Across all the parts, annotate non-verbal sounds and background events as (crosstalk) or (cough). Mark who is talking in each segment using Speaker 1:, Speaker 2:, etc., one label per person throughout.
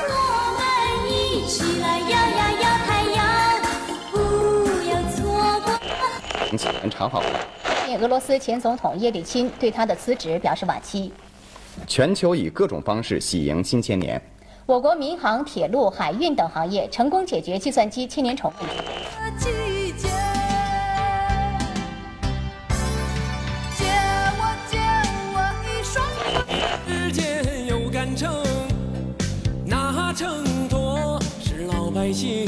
Speaker 1: 我们一起来摇呀摇太阳，不要错过。
Speaker 2: 请起人长跑。
Speaker 3: 俄罗斯前总统叶利钦对他的辞职表示惋惜。
Speaker 2: 全球以各种方式喜迎新千年。
Speaker 3: 我国民航、铁路、海运等行业成功解决计算机千年虫问题。
Speaker 1: 季节，借我借我一双。
Speaker 4: 世间有杆秤，拿秤砣是老百姓。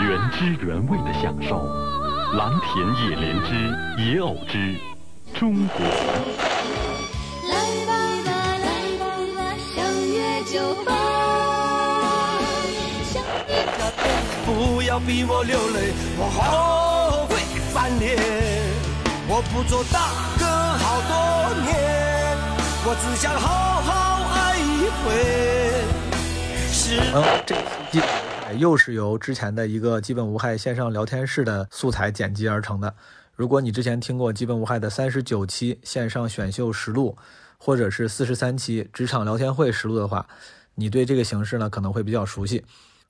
Speaker 5: 原汁原味的享受，蓝田野莲之野藕汁，中国。
Speaker 1: 来吧吧，来吧吧，相约酒吧。相约
Speaker 6: 不要逼我流泪，我后悔翻脸。我不做大哥好多年，我只想好好爱一回。是
Speaker 7: 嗯，这期哎又是由之前的一个基本无害线上聊天室的素材剪辑而成的。如果你之前听过基本无害的三十九期线上选秀实录，或者是四十三期职场聊天会实录的话，你对这个形式呢可能会比较熟悉。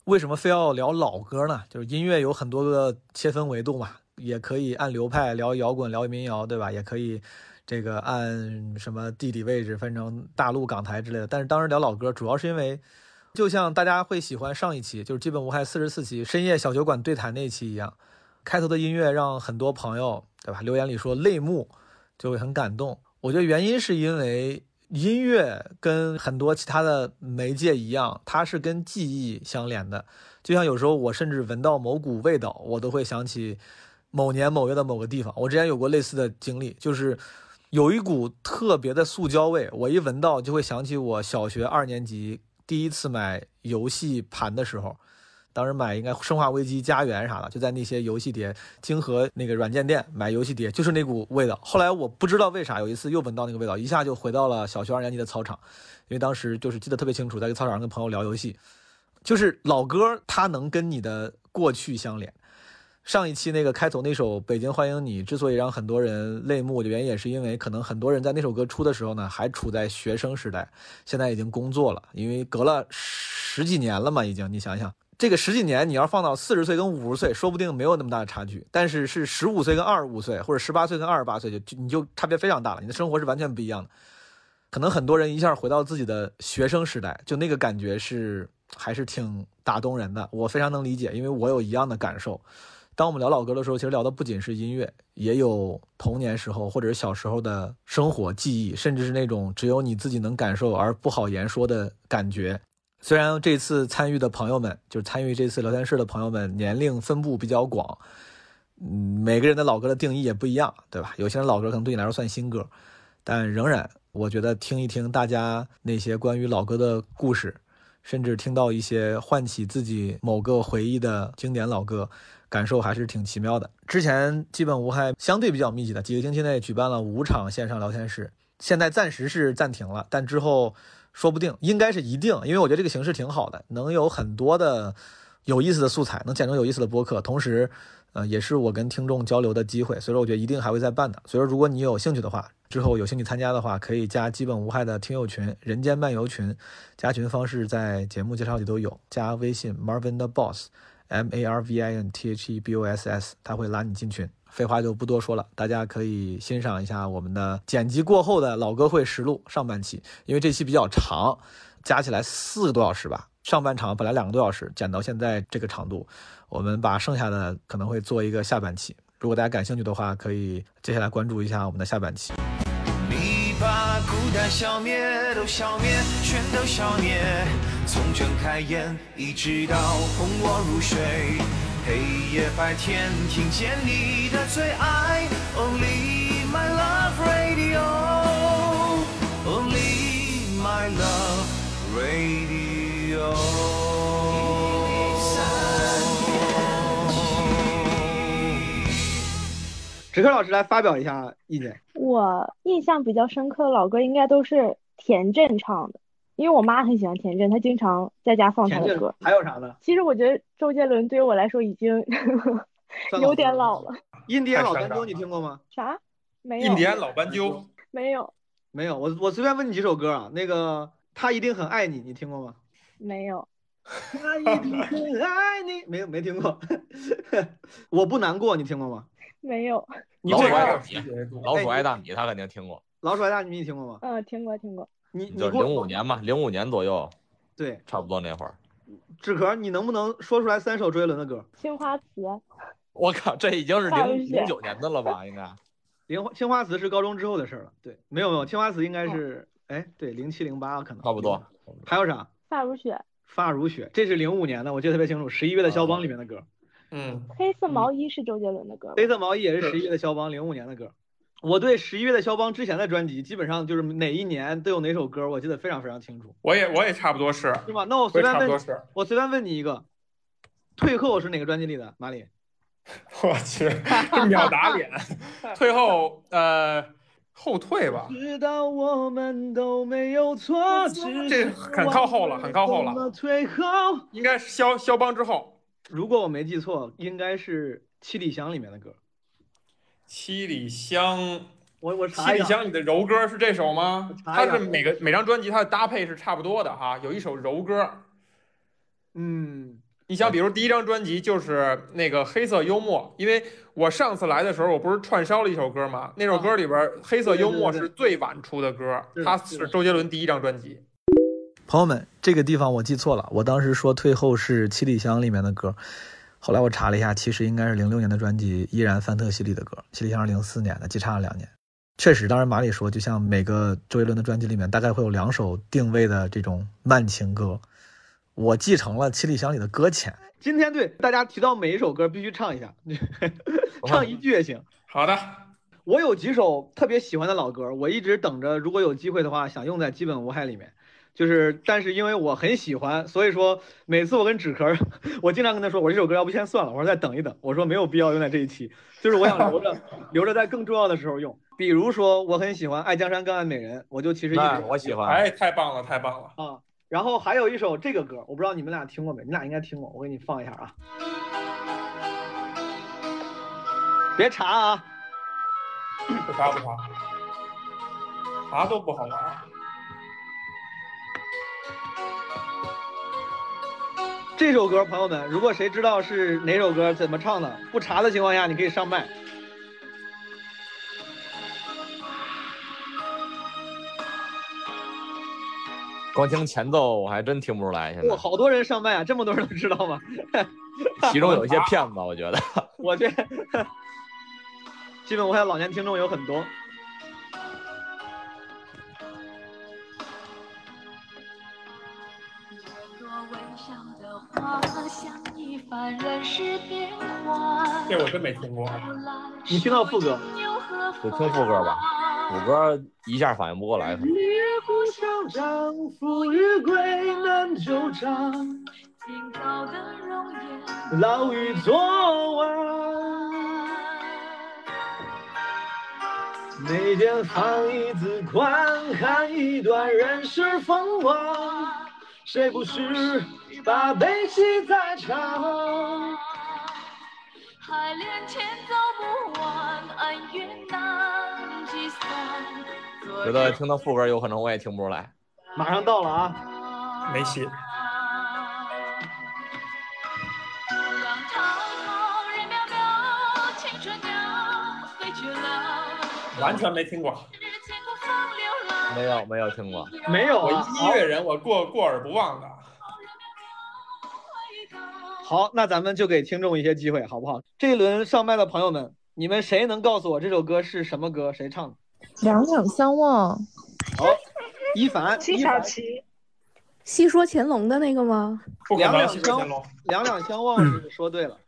Speaker 7: 为什么非要聊老歌呢？就是音乐有很多个切分维度嘛，也可以按流派聊摇滚、聊民谣，对吧？也可以这个按什么地理位置分成大陆、港台之类的。但是当时聊老歌，主要是因为就像大家会喜欢上一期，就是基本无害四十四期深夜小酒馆对谈那一期一样，开头的音乐让很多朋友对吧留言里说泪目，就会很感动。我觉得原因是因为音乐跟很多其他的媒介一样，它是跟记忆相连的。就像有时候我甚至闻到某股味道，我都会想起某年某月的某个地方。我之前有过类似的经历，就是有一股特别的塑胶味，我一闻到就会想起我小学二年级第一次买游戏盘的时候，当时买应该《生化危机》《家园》啥的，就在那些游戏碟经和那个软件店买游戏碟，就是那股味道。后来我不知道为啥有一次又闻到那个味道，一下就回到了小学二年级的操场，因为当时就是记得特别清楚，在一个操场上跟朋友聊游戏，就是老歌它能跟你的过去相连。上一期那个开头那首《北京欢迎你》之所以让很多人泪目的原因，也是因为可能很多人在那首歌出的时候呢，还处在学生时代，现在已经工作了，因为隔了十几年了嘛，已经你想想，这个十几年你要放到四十岁跟五十岁，说不定没有那么大的差距，但是是十五岁跟二十五岁，或者十八岁跟二十八岁，就就你就差别非常大了，你的生活是完全不一样的。可能很多人一下回到自己的学生时代，就那个感觉是还是挺打动人的，我非常能理解，因为我有一样的感受。当我们聊老歌的时候，其实聊的不仅是音乐，也有童年时候或者是小时候的生活记忆，甚至是那种只有你自己能感受而不好言说的感觉。虽然这次参与的朋友们，就是参与这次聊天室的朋友们，年龄分布比较广，嗯，每个人的老歌的定义也不一样，对吧？有些人老歌可能对你来说算新歌，但仍然，我觉得听一听大家那些关于老歌的故事，甚至听到一些唤起自己某个回忆的经典老歌，感受还是挺奇妙的。之前基本无害相对比较密集的，几个星期内举办了五场线上聊天室，现在暂时是暂停了，但之后说不定应该是一定，因为我觉得这个形式挺好的，能有很多的有意思的素材，能剪成有意思的播客，同时。呃，也是我跟听众交流的机会，所以说我觉得一定还会再办的。所以说，如果你有兴趣的话，之后有兴趣参加的话，可以加基本无害的听友群“人间漫游群”，加群方式在节目介绍里都有，加微信 Marvin the Boss，M A R V I N T H E B O S S，他会拉你进群。废话就不多说了，大家可以欣赏一下我们的剪辑过后的老歌会实录上半期，因为这期比较长，加起来四个多小时吧。上半场本来两个多小时，剪到现在这个长度，我们把剩下的可能会做一个下半期。如果大家感兴趣的话，可以接下来关注一下我们的下半期。
Speaker 6: 你把孤单消灭，都消灭，全都消灭。从睁开眼一直到哄我入睡，黑夜白天听见你的最爱，Only my love radio，Only my love radio。
Speaker 7: 石科老师来发表一下意见。
Speaker 8: 我印象比较深刻的老歌应该都是田震唱的，因为我妈很喜欢田震，她经常在家放他
Speaker 9: 田
Speaker 8: 的
Speaker 9: 震
Speaker 8: 歌。
Speaker 9: 还有啥呢？
Speaker 8: 其实我觉得周杰伦对于我来说已经
Speaker 9: (laughs) 算
Speaker 8: 有点老了。
Speaker 9: 印第安老
Speaker 10: 太
Speaker 9: 斑
Speaker 10: 伤感
Speaker 9: 鸠
Speaker 10: 了
Speaker 9: 你听过吗？
Speaker 8: 啥？没有
Speaker 10: 印第安老斑鸠，
Speaker 8: 没有
Speaker 9: 没有，我我随便问你几首歌啊。那个他一定很爱你，你听过吗？
Speaker 8: 没有，
Speaker 9: 他一定很爱你，没有没听过。 (laughs) 我不难过，你听过吗？
Speaker 8: (laughs) 没有，
Speaker 9: 你
Speaker 11: 老
Speaker 9: 这
Speaker 11: 鼠
Speaker 9: 人
Speaker 11: 爱
Speaker 9: 啊
Speaker 11: 大米，老
Speaker 9: 哎
Speaker 11: 鼠爱大米，他肯定听过。
Speaker 9: 老鼠爱大米，你听过吗？
Speaker 8: 嗯，听过听过，
Speaker 9: 你
Speaker 11: 你
Speaker 9: 你
Speaker 11: 就
Speaker 9: 给我
Speaker 11: 零五年嘛，零五年左右，
Speaker 9: 对
Speaker 11: 差不多那会儿。
Speaker 9: 纸壳，你能不能说出来三首周杰伦的歌？
Speaker 8: 《青花瓷》
Speaker 11: 我靠，这已经是
Speaker 8: 大
Speaker 11: 零
Speaker 8: 一些
Speaker 11: 零九年的了吧？应该
Speaker 9: 莲花青花瓷是高中之后的事儿了。对，没有没有，青花瓷应该是哎对零七零八可能
Speaker 11: 差不多。
Speaker 9: 还有啥？
Speaker 8: 发如雪，
Speaker 9: 发如雪，这是零五年的，我记得特别清楚，十一月的肖邦里面的歌。
Speaker 10: 啊嗯，
Speaker 8: 黑色毛衣是周杰伦的歌吗？
Speaker 9: 黑色毛衣也是十一月的肖邦，零五年的歌。我对十一月的肖邦之前的专辑，基本上就是哪一年都有哪首歌，我记得非常非常清楚，
Speaker 10: 我也我也差不多是，
Speaker 9: 是吧？那我
Speaker 10: 我
Speaker 9: 随
Speaker 10: 也
Speaker 9: 便
Speaker 10: 差不多
Speaker 9: 问，
Speaker 10: 是。
Speaker 9: 我随便问你一个，退后是哪个专辑里的？马里？
Speaker 10: 我去，这 (laughs) 秒
Speaker 9: (laughs)
Speaker 10: 打脸，退后呃后退吧，
Speaker 9: 知道我们都没有错，只
Speaker 10: 这很靠后了很靠后了
Speaker 9: 怎么退后？
Speaker 10: 应该是肖肖邦之后，
Speaker 9: 如果我没记错，应该是《七里香》里面的歌。
Speaker 10: 七里香。
Speaker 9: 我我
Speaker 10: 七
Speaker 9: 查一
Speaker 10: 里
Speaker 9: 下，
Speaker 10: 香里的柔歌是这首吗？
Speaker 9: 查
Speaker 10: 它
Speaker 9: 一下
Speaker 10: 是每个每张专辑它的搭配是差不多的哈，有一首柔歌。
Speaker 9: 嗯，
Speaker 10: 你想，比如第一张专辑就是那个黑色幽默，因为我上次来的时候，我不是串烧了一首歌吗？那首歌里边黑色幽默
Speaker 9: 啊对对对
Speaker 10: 是最晚出的歌
Speaker 9: 是，的
Speaker 10: 它
Speaker 9: 是
Speaker 10: 是
Speaker 9: 的
Speaker 10: 周杰伦第一张专辑。
Speaker 9: 朋友们，这个地方我记错了，我当时说退后是《七里香》里面的歌，后来我查了一下，其实应该是零六年的专辑《依然范特西》里的歌，《七里香》是零四年的，只差了两年。确实，当然马里说，就像每个周杰伦的专辑里面，大概会有两首定位的这种慢情歌。我继承了《七里香》里的搁浅。今天对大家提到每一首歌必须唱一下， (laughs) 唱一句也行。
Speaker 10: 好的，
Speaker 9: 我有几首特别喜欢的老歌，我一直等着，如果有机会的话，想用在基本无害里面。就是，但是因为我很喜欢，所以说每次我跟纸壳儿，我经常跟他说，我这首歌要不先算了，我说再等一等，我说没有必要用在这一期，就是我想留着，留着在更重要的时候
Speaker 11: (laughs)
Speaker 9: 用。比如说，我很喜欢《爱江山更爱美人》，我就其实一
Speaker 11: 那
Speaker 9: 直
Speaker 11: 我喜欢。
Speaker 10: 哎，太棒了，太棒了！
Speaker 9: 啊。然后还有一首这个歌，我不知道你们俩听过没，你俩应该听过，我给你放一下啊。别查
Speaker 10: (coughs)
Speaker 9: 啊，
Speaker 10: 不查不查，啥都不好玩。
Speaker 9: 这首歌，朋友们，如果谁知道是哪首歌、怎么唱的，不查的情况下，你可以上麦。
Speaker 11: 光听前奏我还真听不出来，现在
Speaker 9: 哇，好多人上麦啊，这么多人都知道吗？
Speaker 11: (laughs) 其中有一些骗子，我觉得。
Speaker 9: (laughs) 我这， (laughs) 基本我看老年听众有很多。
Speaker 1: 朵吻上的花像一番人世变幻。
Speaker 10: 这我真没听过。
Speaker 9: 你哎听到副歌，
Speaker 11: 就听副歌吧谷歌一下反应不过来，
Speaker 9: (laughs)
Speaker 11: 可能
Speaker 1: 绿
Speaker 9: 不嚣张，富与贵难久长，
Speaker 1: 今朝的容颜。
Speaker 9: 老于昨晚。眉间放一字宽，看一段人世风光。谁不是把悲喜在尝？
Speaker 1: 海连天走不完，恩怨难计算。
Speaker 11: 觉得听到副歌有可能我也听不出来。
Speaker 9: 马上到了啊！
Speaker 10: 没戏。
Speaker 1: 浪滔滔，人渺渺，青春鸟飞去了，
Speaker 10: 完全没听过。
Speaker 1: 日千古风流浪。
Speaker 11: 没有没有听过，
Speaker 9: 没有
Speaker 10: 我
Speaker 9: 啊
Speaker 10: 音乐人，我过过耳不忘的。
Speaker 9: 好，那咱们就给听众一些机会，好不好？这一轮上麦的朋友们，你们谁能告诉我这首歌是什么歌，谁唱的？
Speaker 12: 两两相望，
Speaker 9: 一凡，一凡，
Speaker 8: 琪，
Speaker 12: 戏说乾隆的那个吗？
Speaker 10: 不可
Speaker 9: 两
Speaker 10: 能，
Speaker 9: 两
Speaker 10: 西门乾隆。
Speaker 9: 两两相
Speaker 13: (clears throat)
Speaker 9: 望是说对了。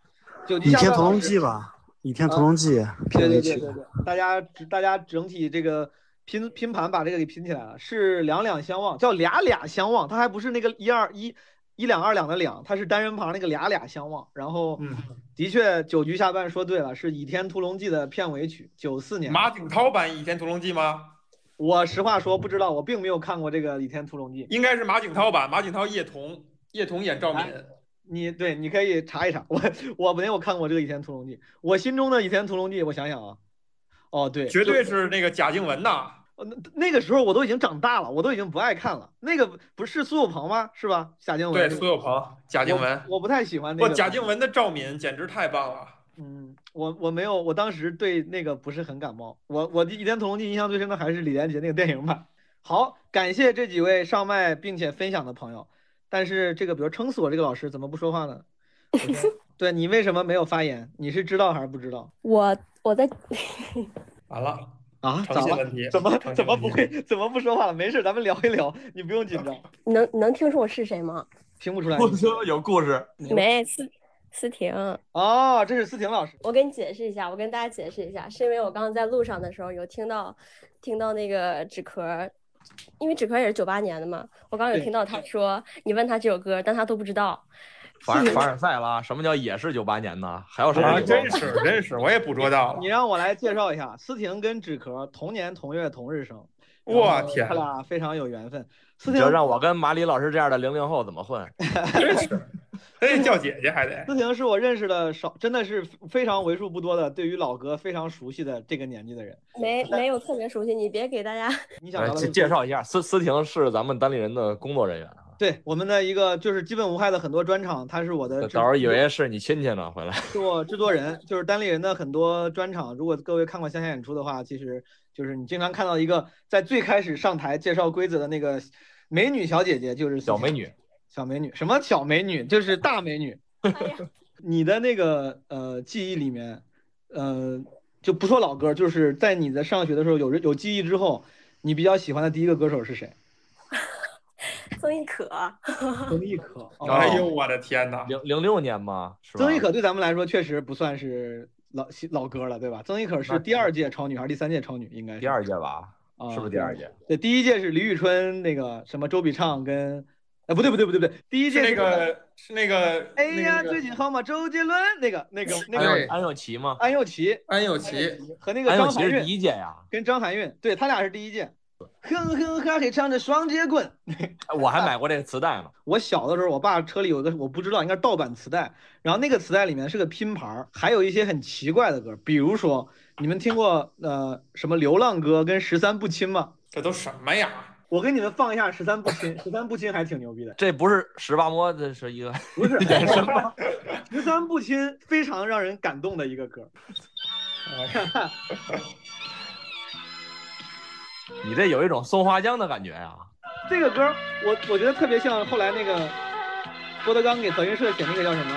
Speaker 9: 就
Speaker 13: 《倚天屠龙记》吧，《倚天屠龙记》
Speaker 9: 啊对
Speaker 13: 片
Speaker 9: 对
Speaker 13: 尾
Speaker 9: 对
Speaker 13: 曲
Speaker 9: 对对，大家大家整体这个拼拼盘把这个给拼起来了，是两两相望，叫俩俩相望，它还不是那个一二一一两二两的两，它是单人旁那个俩俩相望。然后，
Speaker 10: 嗯
Speaker 9: 的确九局下半说对了，是《倚天屠龙记》的片尾曲，九四年。
Speaker 10: 马景涛版《倚天屠龙记》吗？
Speaker 9: 我实话说不知道，我并没有看过这个《倚天屠龙记》。
Speaker 10: 应该是马景涛吧？马景涛、叶童，叶童演赵敏。
Speaker 9: 哎你对，你可以查一查。我我没有看过这个《倚天屠龙记》，我心中的《倚天屠龙记》，我想想啊，哦对，
Speaker 10: 绝对
Speaker 9: 就是
Speaker 10: 那个贾静雯呐。
Speaker 9: 呃那那个时候我都已经长大了，我都已经不爱看了。那个不是苏有朋吗？是吧？贾静雯
Speaker 10: 对，苏有朋、贾静雯。
Speaker 9: 我不太喜欢那
Speaker 10: 哇，
Speaker 9: 个。嗯
Speaker 10: 贾静雯的赵敏简直太棒了。
Speaker 9: 我我没有，我当时对那个不是很感冒。我我《倚天屠龙记》印象最深的还是李连杰那个电影版。好，感谢这几位上麦并且分享的朋友。但是这个，比如撑死我这个老师怎么不说话呢？我说对你为什么没有发言？你是知道还是不知道？
Speaker 14: 我我在
Speaker 10: 完了
Speaker 9: 啊，
Speaker 10: 诚
Speaker 9: 咋
Speaker 10: 信
Speaker 9: 了
Speaker 10: 问题？
Speaker 9: 怎么
Speaker 10: 诚信
Speaker 9: 怎么
Speaker 10: 问
Speaker 9: 不
Speaker 10: 题
Speaker 9: 会？怎么不说话了？没事，咱们聊一聊，你不用紧张。
Speaker 14: 能能听出我是谁吗？
Speaker 9: 听不出来。
Speaker 10: 我说有故事。
Speaker 14: 没思思婷。
Speaker 9: 哦，这是思婷老师。
Speaker 14: 我跟你解释一下，我跟大家解释一下，是因为我刚刚在路上的时候有听到听到那个纸壳儿，因为纸壳儿也是九八年的嘛，我刚刚有
Speaker 11: 对
Speaker 14: 听到他说你问他这首歌，但他都不知道。
Speaker 11: 凡尔凡尔赛啦，什么叫也是九八年呢？还有谁
Speaker 10: 啊
Speaker 11: 是
Speaker 10: 真是真是，我也捕
Speaker 9: (laughs)
Speaker 10: 捉到了。
Speaker 9: 你让我来介绍一下，思婷跟纸壳同年同月同日生，
Speaker 11: 我
Speaker 9: 然后
Speaker 11: 天
Speaker 9: 他俩非常有缘分。思
Speaker 11: 你
Speaker 9: 婷
Speaker 11: 就让我跟马里老师这样的零零后怎么混？哎
Speaker 10: 真 (laughs) 是，叫姐
Speaker 11: (laughs)
Speaker 10: 姐还得。
Speaker 9: 思婷是我认识的少，真的是非常为数不多的，对于老歌非常熟悉的这个年纪的人。
Speaker 14: 没没有特别熟悉，你别给大家。
Speaker 9: (laughs) 你想
Speaker 11: 来
Speaker 9: 聊的
Speaker 11: 哎介
Speaker 9: 是
Speaker 11: 介绍一下，思思婷是咱们单立人的工作人员，
Speaker 9: 对我们的一个就是基本无害的很多专场，他是我的制
Speaker 11: 到时候以为是你亲戚呢，回来。
Speaker 9: 是我制作人，就是单立人的很多专场。如果各位看过线下演出的话，其实就是你经常看到一个在最开始上台介绍规则的那个美女小姐姐，就是小
Speaker 11: 美女，
Speaker 9: 小美女，什么小美女，就是大美女。你的那个呃记忆里面，呃，就不说老歌，就是在你的上学的时候有有记忆之后，你比较喜欢的第一个歌手是谁？
Speaker 14: 曾轶可，
Speaker 9: 曾
Speaker 14: (laughs)
Speaker 9: 轶可，
Speaker 11: 哦
Speaker 10: 哎呦，我的天哪！
Speaker 11: 零零六年吗？是吧
Speaker 9: 曾轶可对咱们来说确实不算是老老歌了，对吧？曾轶可是第二届超女还是第三届超女？应该是
Speaker 11: 第二届吧？
Speaker 9: 啊
Speaker 11: 是不是第二届？
Speaker 9: 对，第一届是李宇春那个什么周笔畅跟，哎，不对不对不对不对，第一
Speaker 10: 是
Speaker 9: 届
Speaker 10: 那个是那个。
Speaker 9: 哎呀，
Speaker 10: 那个
Speaker 9: 最近好吗？周杰伦那个那个那
Speaker 11: 安
Speaker 9: 个
Speaker 11: 又安又琪吗？
Speaker 9: 安又琪，
Speaker 10: 安又琪
Speaker 9: 和那个
Speaker 11: 安又
Speaker 9: 张
Speaker 11: 琪
Speaker 9: 含
Speaker 11: 是
Speaker 9: 韵
Speaker 11: 第一届呀。
Speaker 9: 跟张含韵，对他俩是第一届。哼哼哈嘿，唱着双截棍。
Speaker 11: 哎我还买过这个磁带呢。
Speaker 9: 我小的时候，我爸车里有一个我不知道，应该是盗版磁带。然后那个磁带里面是个拼盘儿，还有一些很奇怪的歌，比如说你们听过呃什么《流浪歌》跟《十三不亲》吗？
Speaker 10: 这都什么呀？
Speaker 9: 我给你们放一下《十三不亲》，《十三不亲》还挺牛逼的。
Speaker 11: 这不是十八摸，这是一 (laughs) 个
Speaker 9: 不是
Speaker 11: 衍生
Speaker 9: 《十三不亲》非常让人感动的一个歌。
Speaker 11: 你这有一种松花江的感觉呀、
Speaker 9: 这个歌儿我我觉得特别像后来那个郭德纲给德云社写那个叫什么？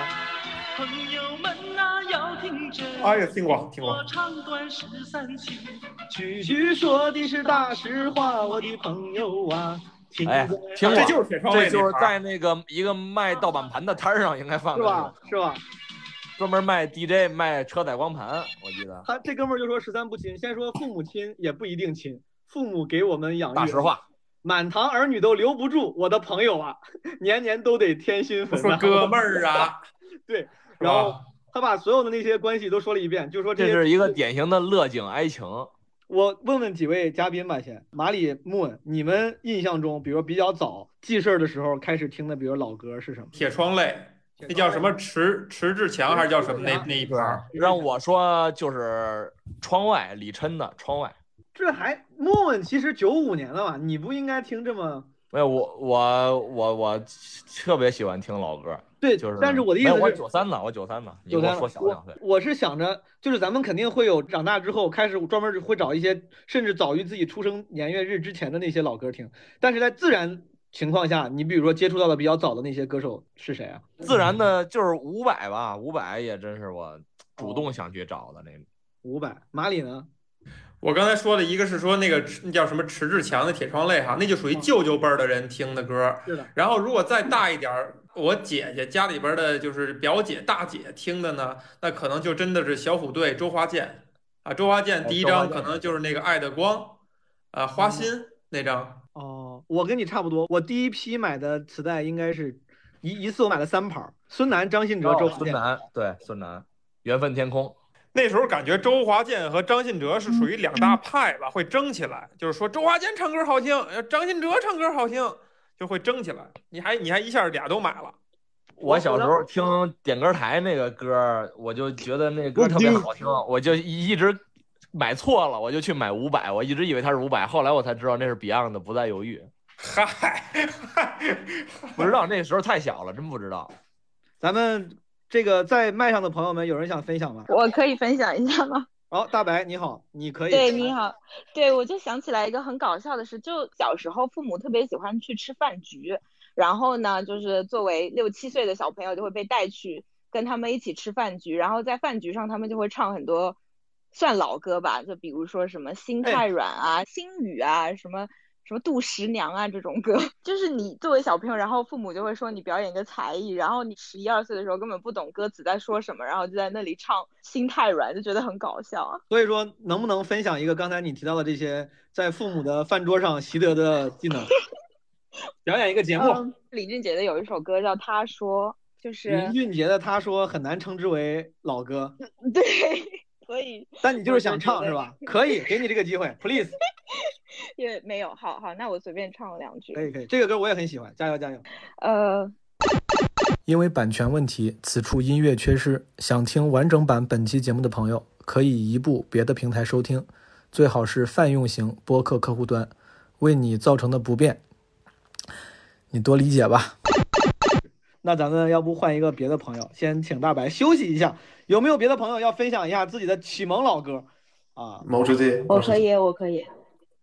Speaker 15: 朋友们呐、要听真。
Speaker 10: 哎呀听过听过
Speaker 15: 我唱段十三情，
Speaker 9: 句句说的是大实话，我的朋友啊。听啊
Speaker 11: 哎，听过，
Speaker 9: 这就是铁窗
Speaker 11: 这
Speaker 9: 位
Speaker 11: 就
Speaker 9: 那
Speaker 11: 是
Speaker 9: 盘儿
Speaker 11: 在那个一个卖盗版盘的摊儿上应该放
Speaker 9: 是
Speaker 11: 的那
Speaker 9: 吧
Speaker 11: 种，？
Speaker 9: 是吧？
Speaker 11: 专门卖 DJ 卖车载光盘，我记得。
Speaker 9: 他这哥们儿就说十三不亲，先说父母亲也不一定亲，父母给我们养育。
Speaker 11: 大实话，
Speaker 9: 满堂儿女都留不住，我的朋友啊， (laughs) 年年都得添新坟、
Speaker 11: 说哥们儿啊，
Speaker 9: (laughs) 对，然后他把所有的那些关系都说了一遍，就说
Speaker 11: 这
Speaker 9: 些
Speaker 11: 是一个典型的乐景哀情。
Speaker 9: 我问问几位嘉宾吧，先，马里木，你们印象中，比如比较早记事儿的时候开始听的，比如老歌是什么？
Speaker 10: 铁窗泪，那叫什么？迟迟志强还是叫什么？那那一盘儿
Speaker 11: 让我说就是窗外李琛的窗外。
Speaker 9: 这还莫问，其实九五年的嘛，你不应该听这么
Speaker 11: 没有我我我我特别喜欢听老歌，
Speaker 9: 对
Speaker 11: 就是。
Speaker 9: 但是我的意思
Speaker 11: 没有我
Speaker 9: 是
Speaker 11: 九三的，我九三的，你给
Speaker 9: 有
Speaker 11: 我
Speaker 9: 的
Speaker 11: 说小两岁。
Speaker 9: 我是想着，就是咱们肯定会有长大之后开始专门会找一些，甚至早于自己出生年月日之前的那些老歌听。但是在自然情况下，你比如说接触到的比较早的那些歌手是谁啊？
Speaker 11: 自然的就是五百吧，五百也真是我主动想去找的那种。
Speaker 9: 伍佰、哦马里呢？
Speaker 10: 我刚才说的一个是说那个迟那叫什么迟志强的《铁窗泪》哈，那就属于
Speaker 9: 嗯
Speaker 10: 舅舅辈儿的人听的歌。
Speaker 9: 是的。
Speaker 10: 然后如果再大一点儿，我姐姐家里边儿的就是表姐、大姐听的呢，那可能就真的是小虎队、周华健啊。周华
Speaker 11: 哎
Speaker 10: 健第一张可能就是那个《爱的光》，
Speaker 11: 嗯
Speaker 10: 啊，花心那张。
Speaker 9: 哦，我跟你差不多，我第一批买的磁带应该是哦一一次我买了三盘儿，孙楠、张信哲、周华
Speaker 11: 啊孙
Speaker 9: 健。
Speaker 11: 楠，对孙楠，缘分天空。
Speaker 10: 那时候感觉周华健和张信哲是属于两大派吧，会争起来，就是说周华健唱歌好听，呃张信哲唱歌好听，就会争起来。你还你还一下俩都买了，
Speaker 11: 我小时候听点歌台那个歌，我就觉得那歌特别好听，我就一直买错了，我就去买五百，我一直以为它是五百，后来我才知道那是 Beyond 的《不再犹豫》。嗨，不知道那时候太小了，真不知道。
Speaker 9: 咱们这个在麦上的朋友们，有人想分享吗？
Speaker 16: 我可以分享一下吗？
Speaker 9: 好、大白你好，你可以。
Speaker 16: 对，你好，对我就想起来一个很搞笑的事，就小时候父母特别喜欢去吃饭局，然后呢，就是作为六七岁的小朋友就会被带去跟他们一起吃饭局，然后在饭局上他们就会唱很多算老歌吧，就比如说什么《心
Speaker 9: 哎
Speaker 16: 太软》啊、心雨》啊，什么什么《杜十娘啊》这种歌， (laughs) 就是你作为小朋友，然后父母就会说你表演一个才艺，然后你十一二岁的时候根本不懂歌词在说什么，然后就在那里唱《心太软》，就觉得很搞笑啊。
Speaker 9: 所以说，能不能分享一个刚才你提到的这些在父母的饭桌上习得的技能？ (laughs) 表演一个节目
Speaker 16: 嗯。李俊杰的有一首歌叫《他说》，就是嗯
Speaker 9: 林俊杰的他说很难称之为老歌，
Speaker 16: (laughs) 对，所以
Speaker 9: 但你就是想唱是吧？可以，给你这个机会，please。
Speaker 16: (laughs) 也没有。好好，那我随便唱两句。
Speaker 9: 可以可以，这个歌我也很喜欢，加油加油！
Speaker 16: 呃，
Speaker 7: 因为版权问题，此处音乐缺失。想听完整版本期节目的朋友，可以移步别的平台收听，最好是泛用型播客客户端。为你造成的不便，你多理解吧。
Speaker 9: 那咱们要不换一个别的朋友，先请大白休息一下。有没有别的朋友要分享一下自己的启蒙老歌啊？
Speaker 17: 毛主席，
Speaker 9: 我
Speaker 17: 可
Speaker 16: 以，我可以。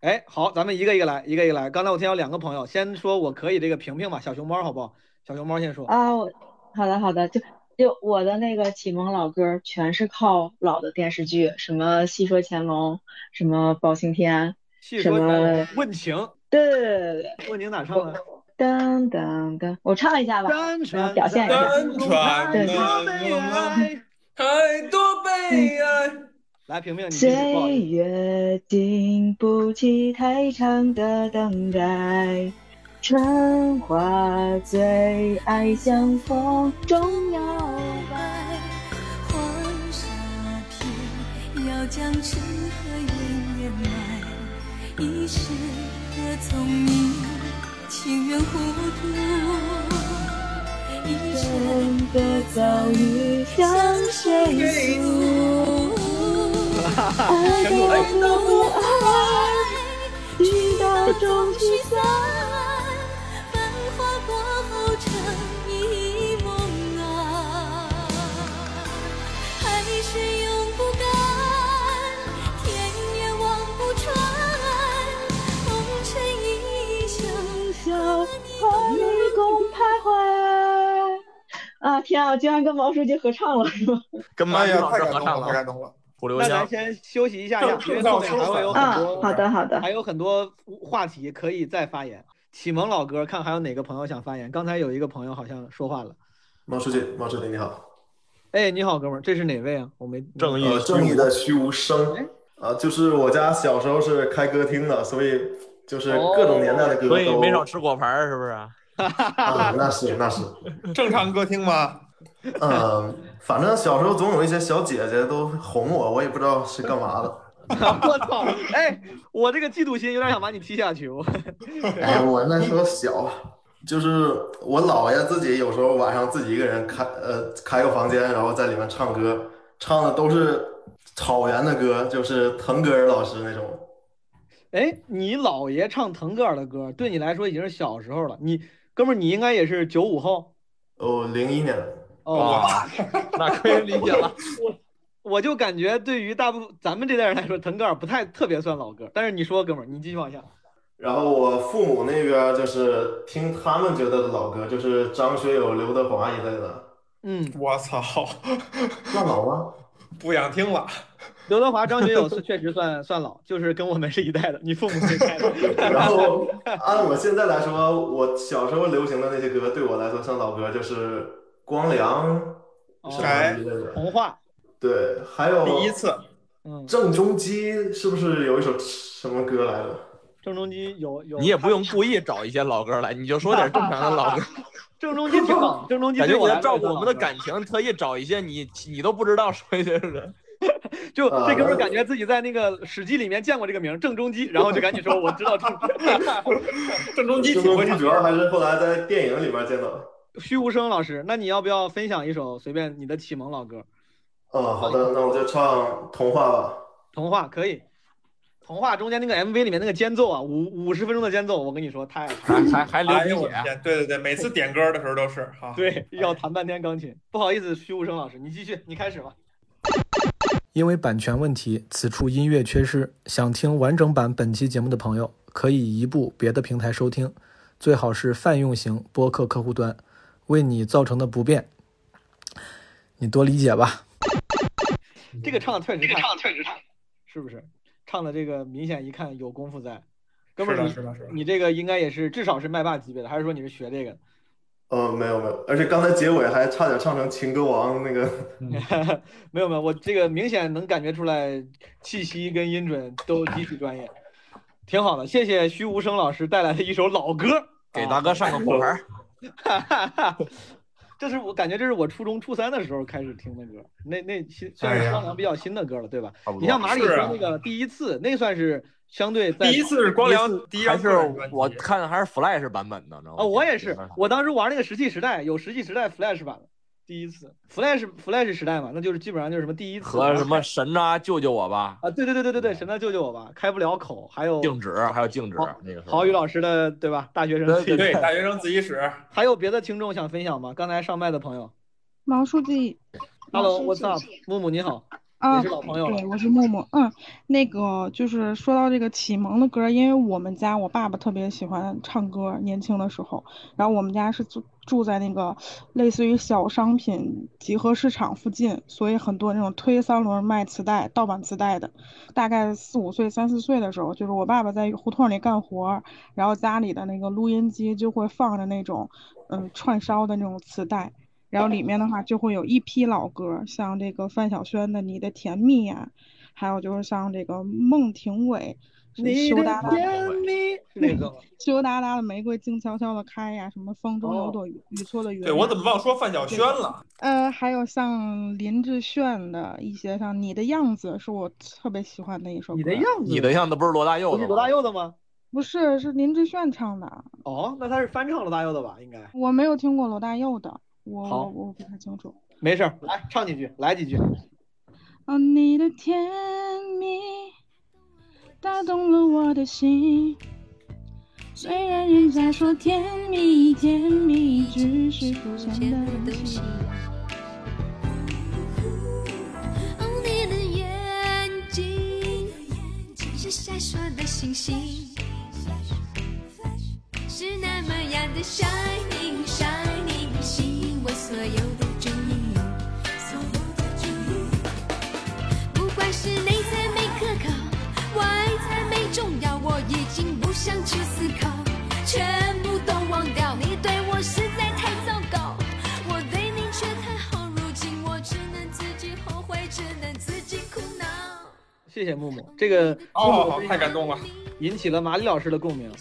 Speaker 9: 哎，好，咱们一个一个来，一个一个来。刚才我听到两个朋友，先说我可以这个平平吧，小熊猫好不好？小熊猫先说。
Speaker 13: 啊，我好的好的，就就我的那个启蒙老歌儿全是靠老的电视剧，什么《戏说乾隆》，什么《包青天》，
Speaker 9: 细
Speaker 13: 什
Speaker 9: 说
Speaker 13: 么
Speaker 9: 问情，
Speaker 13: 对对对对
Speaker 9: 问情哪唱的？
Speaker 13: 噔噔噔，我唱一下吧，然后表现一下。对对
Speaker 4: 太多悲哀。
Speaker 9: 来，平平，你继续不好意
Speaker 13: 岁
Speaker 9: 思
Speaker 13: 月经不起太长的等待，春花最爱向风中摇摆。
Speaker 15: 黄沙片要将痴和怨掩埋，一世的聪明，情愿糊涂，一生的遭遇向谁诉？爱到不爱，直到终聚散。繁华过后，成一梦啊，还是永不改，天也望不穿，红尘一笑。
Speaker 13: 小河迷宫徘徊。啊天啊！居然跟毛书记合唱了是吗？
Speaker 11: 跟
Speaker 17: 哎呀，
Speaker 11: 马
Speaker 17: 太
Speaker 11: 老师合
Speaker 17: 感动
Speaker 11: 唱了
Speaker 17: 了，太感动了。
Speaker 11: 胡
Speaker 9: 那咱先休息一下下，因为后面还会有很多。
Speaker 13: 嗯好的好的
Speaker 9: 还有很多话题可以再发言。启蒙老歌，看还有哪个朋友想发言。刚才有一个朋友好像说话了。
Speaker 17: 毛书记，毛书记你好。
Speaker 9: 哎，你好，哥们儿，这是哪位啊？我没
Speaker 17: 正义正哦义的虚无声啊，就是我家小时候是开歌厅的，所以就是各种年代的歌都。
Speaker 11: 所以没少吃果盘儿是不是？ (laughs)
Speaker 17: 啊，那是那是。
Speaker 10: 正常歌厅吗？
Speaker 17: 嗯，反正小时候总有一些小姐姐都哄我，我也不知道是干嘛的。
Speaker 9: (laughs) 我操！哎，我这个嫉妒心有点想把你踢下去。我
Speaker 17: 哎， (laughs) 我那时候小，就是我姥爷自己有时候晚上自己一个人开呃开个房间，然后在里面唱歌，唱的都是草原的歌，就是腾格尔老师那种。
Speaker 9: 哎，你姥爷唱腾格尔的歌，对你来说已经是小时候了。你哥们儿，你应该也是九五后。
Speaker 17: 哦，零一年。
Speaker 9: 哦，
Speaker 11: (laughs) 那可以理解了。
Speaker 9: 我我就感觉对于大部分咱们这代人来说，腾格尔不太特别算老歌。但是你说，哥们儿，你继续往下。
Speaker 17: 然后我父母那边就是听他们觉得的老歌，就是张学友、刘德华一类的。
Speaker 9: 嗯，
Speaker 10: 我操，
Speaker 17: 那老吗？
Speaker 10: 不想听了。
Speaker 9: 刘德华、张学友是确实算算老，就是跟我们是一代的，你父母这一代的。
Speaker 17: 然后按我现在来说，我小时候流行的那些歌，对我来说像老歌，就是光良什么之类的。
Speaker 9: 红话。
Speaker 17: 对，还有
Speaker 10: 哎第一次，
Speaker 17: 郑中基是不是有一首什么歌来着？
Speaker 9: 郑中基有有，
Speaker 11: 你也不用故意找一些老歌来，你就说点正常的老歌。
Speaker 9: 郑中基挺好，郑中基
Speaker 11: 感觉
Speaker 9: 对
Speaker 11: 你
Speaker 9: 我来
Speaker 11: 在
Speaker 9: 说
Speaker 11: 照
Speaker 9: 也
Speaker 11: 顾
Speaker 9: 算
Speaker 11: 我
Speaker 9: 老
Speaker 11: 们
Speaker 9: 歌
Speaker 11: 的感情，特意找一些你你都不知道说一些人。
Speaker 9: 就这哥们儿感觉自己在那个《史记》里面见过这个名儿郑中基，然后就赶紧说我知道郑郑中基 (laughs) 挺
Speaker 17: 郑中
Speaker 9: 会
Speaker 17: 基
Speaker 9: 唱
Speaker 17: 主。要还是后来在电影里面见到的。
Speaker 9: 虚无声老师，那你要不要分享一首随便你的启蒙老歌？
Speaker 17: 啊，好的，那我就唱《童话》吧。
Speaker 9: 童话可以，童话中间那个 MV 里面那个间奏啊，五五十分钟的间奏，我跟你说太还
Speaker 11: 还还流
Speaker 10: 哎呦
Speaker 11: 鼻
Speaker 10: 我
Speaker 11: 血啊
Speaker 10: 天，对对对，每次点歌的时候都是
Speaker 11: (laughs)
Speaker 10: 哈。
Speaker 9: 对，要弹半天钢琴。不好意思，虚无声老师，你继续，你开始吧。
Speaker 7: 因为版权问题，此处音乐缺失。想听完整版本期节目的朋友，可以移步别的平台收听，最好是泛用型播客客户端。为你造成的不便，你多理解吧。
Speaker 10: 嗯
Speaker 9: 这个唱的确实，这个唱的确实唱，是不是？唱的这个明显一看有功夫在，哥们儿，
Speaker 17: 是的
Speaker 9: 你
Speaker 17: 是的是的
Speaker 9: 你这个应该也是至少是麦霸级别的，还是说你是学这个？
Speaker 17: 呃，没有没有，而且刚才结尾还差点唱成《情歌王》那个。
Speaker 10: 嗯
Speaker 9: (laughs) 没有没有，我这个明显能感觉出来，气息跟音准都极其专业，挺好的。谢谢虚无声老师带来的一首老歌，
Speaker 11: 给大哥上个火牌。
Speaker 9: (laughs) 这是我感觉这是我初中初三的时候开始听的歌，那那新算
Speaker 10: 哎
Speaker 9: 是
Speaker 10: 呀
Speaker 9: 双良比较新的歌了，对吧
Speaker 11: 差不？多
Speaker 9: 你像马里
Speaker 11: 是
Speaker 9: 说
Speaker 11: 啊
Speaker 9: 那个第一次，那算是相对在
Speaker 11: 第一次还是哦我看的还是 Flash 版本的，知道吗？
Speaker 9: 啊，我也是，我当时玩那个《石器时代》，有《石器时代》Flash 版的，第一次 Flash Flash 时代嘛，那就是基本上就是什么第一次
Speaker 11: 和什么嗯神呐、救救我吧，
Speaker 9: 啊，对对对对对对，神呐救救我吧，开不了口， (laughs) 还有哦
Speaker 11: 静止，还有静止啊那个时候。
Speaker 9: 郝宇老师的对吧？大学生
Speaker 11: 对
Speaker 9: 自
Speaker 11: 对
Speaker 9: 己
Speaker 11: 对大
Speaker 10: 学生自习室，
Speaker 9: 还有别的听众想分享吗？刚才上麦的朋友
Speaker 18: 毛书记，
Speaker 9: ，Hello，What's
Speaker 18: 老
Speaker 9: up，
Speaker 18: 师
Speaker 9: 木木你好，
Speaker 18: 啊，
Speaker 9: 也是老朋友了
Speaker 18: 对，我是默默。嗯，那个就是说到这个启蒙的歌，因为我们家我爸爸特别喜欢唱歌，年轻的时候，然后我们家是住住在那个类似于小商品集合市场附近，所以很多那种推三轮卖磁带、盗版磁带的。大概四五岁、三四岁的时候，就是我爸爸在胡同里干活儿，然后家里的那个录音机就会放着那种，嗯，串烧的那种磁带。然后里面的话就会有一批老歌，像这个范晓萱的《你的甜蜜》呀，还有就是像这个孟庭苇、什么
Speaker 9: 你
Speaker 18: 羞
Speaker 9: 的
Speaker 18: 答答、
Speaker 9: 甜蜜是那个吗？
Speaker 18: (laughs) 羞答答的《玫瑰静悄悄的开》呀，什么风中有
Speaker 9: 哦
Speaker 18: 朵雨雨做的云。
Speaker 10: 对我怎么忘说范晓萱了？
Speaker 18: 呃，还有像林志炫的一些像《你的样子》，是我特别喜欢的一首歌。你的
Speaker 9: 样
Speaker 11: 你的样子不是罗大佑
Speaker 9: 不是
Speaker 11: 的
Speaker 9: 罗
Speaker 11: 吗？
Speaker 9: 大佑的吗？
Speaker 18: 不是，是林志炫唱的。啊
Speaker 9: 哦，那他是翻唱罗大佑的吧？啊应该
Speaker 18: 我没有听过罗大佑的，我
Speaker 9: 好
Speaker 18: 我我不太清楚。
Speaker 9: 没事儿，来唱几句，来几句。
Speaker 18: 哦，你的甜蜜打动了我的心。虽然人家说甜蜜甜蜜只是肤浅的东西，
Speaker 1: 哦，你的眼睛是闪烁的星星，是那么样的 shining shining，吸引我所有的注意，所有的注意。不管是内在美可靠，外在美重要，我已经不想去思考，全部都忘掉。你对我实在太糟糕，我对你却太好，如今我只能自己后悔，只能自己苦恼。
Speaker 9: 谢谢木木，这个
Speaker 10: 哦，太感动了！哎
Speaker 9: 引起了马里老师的共鸣。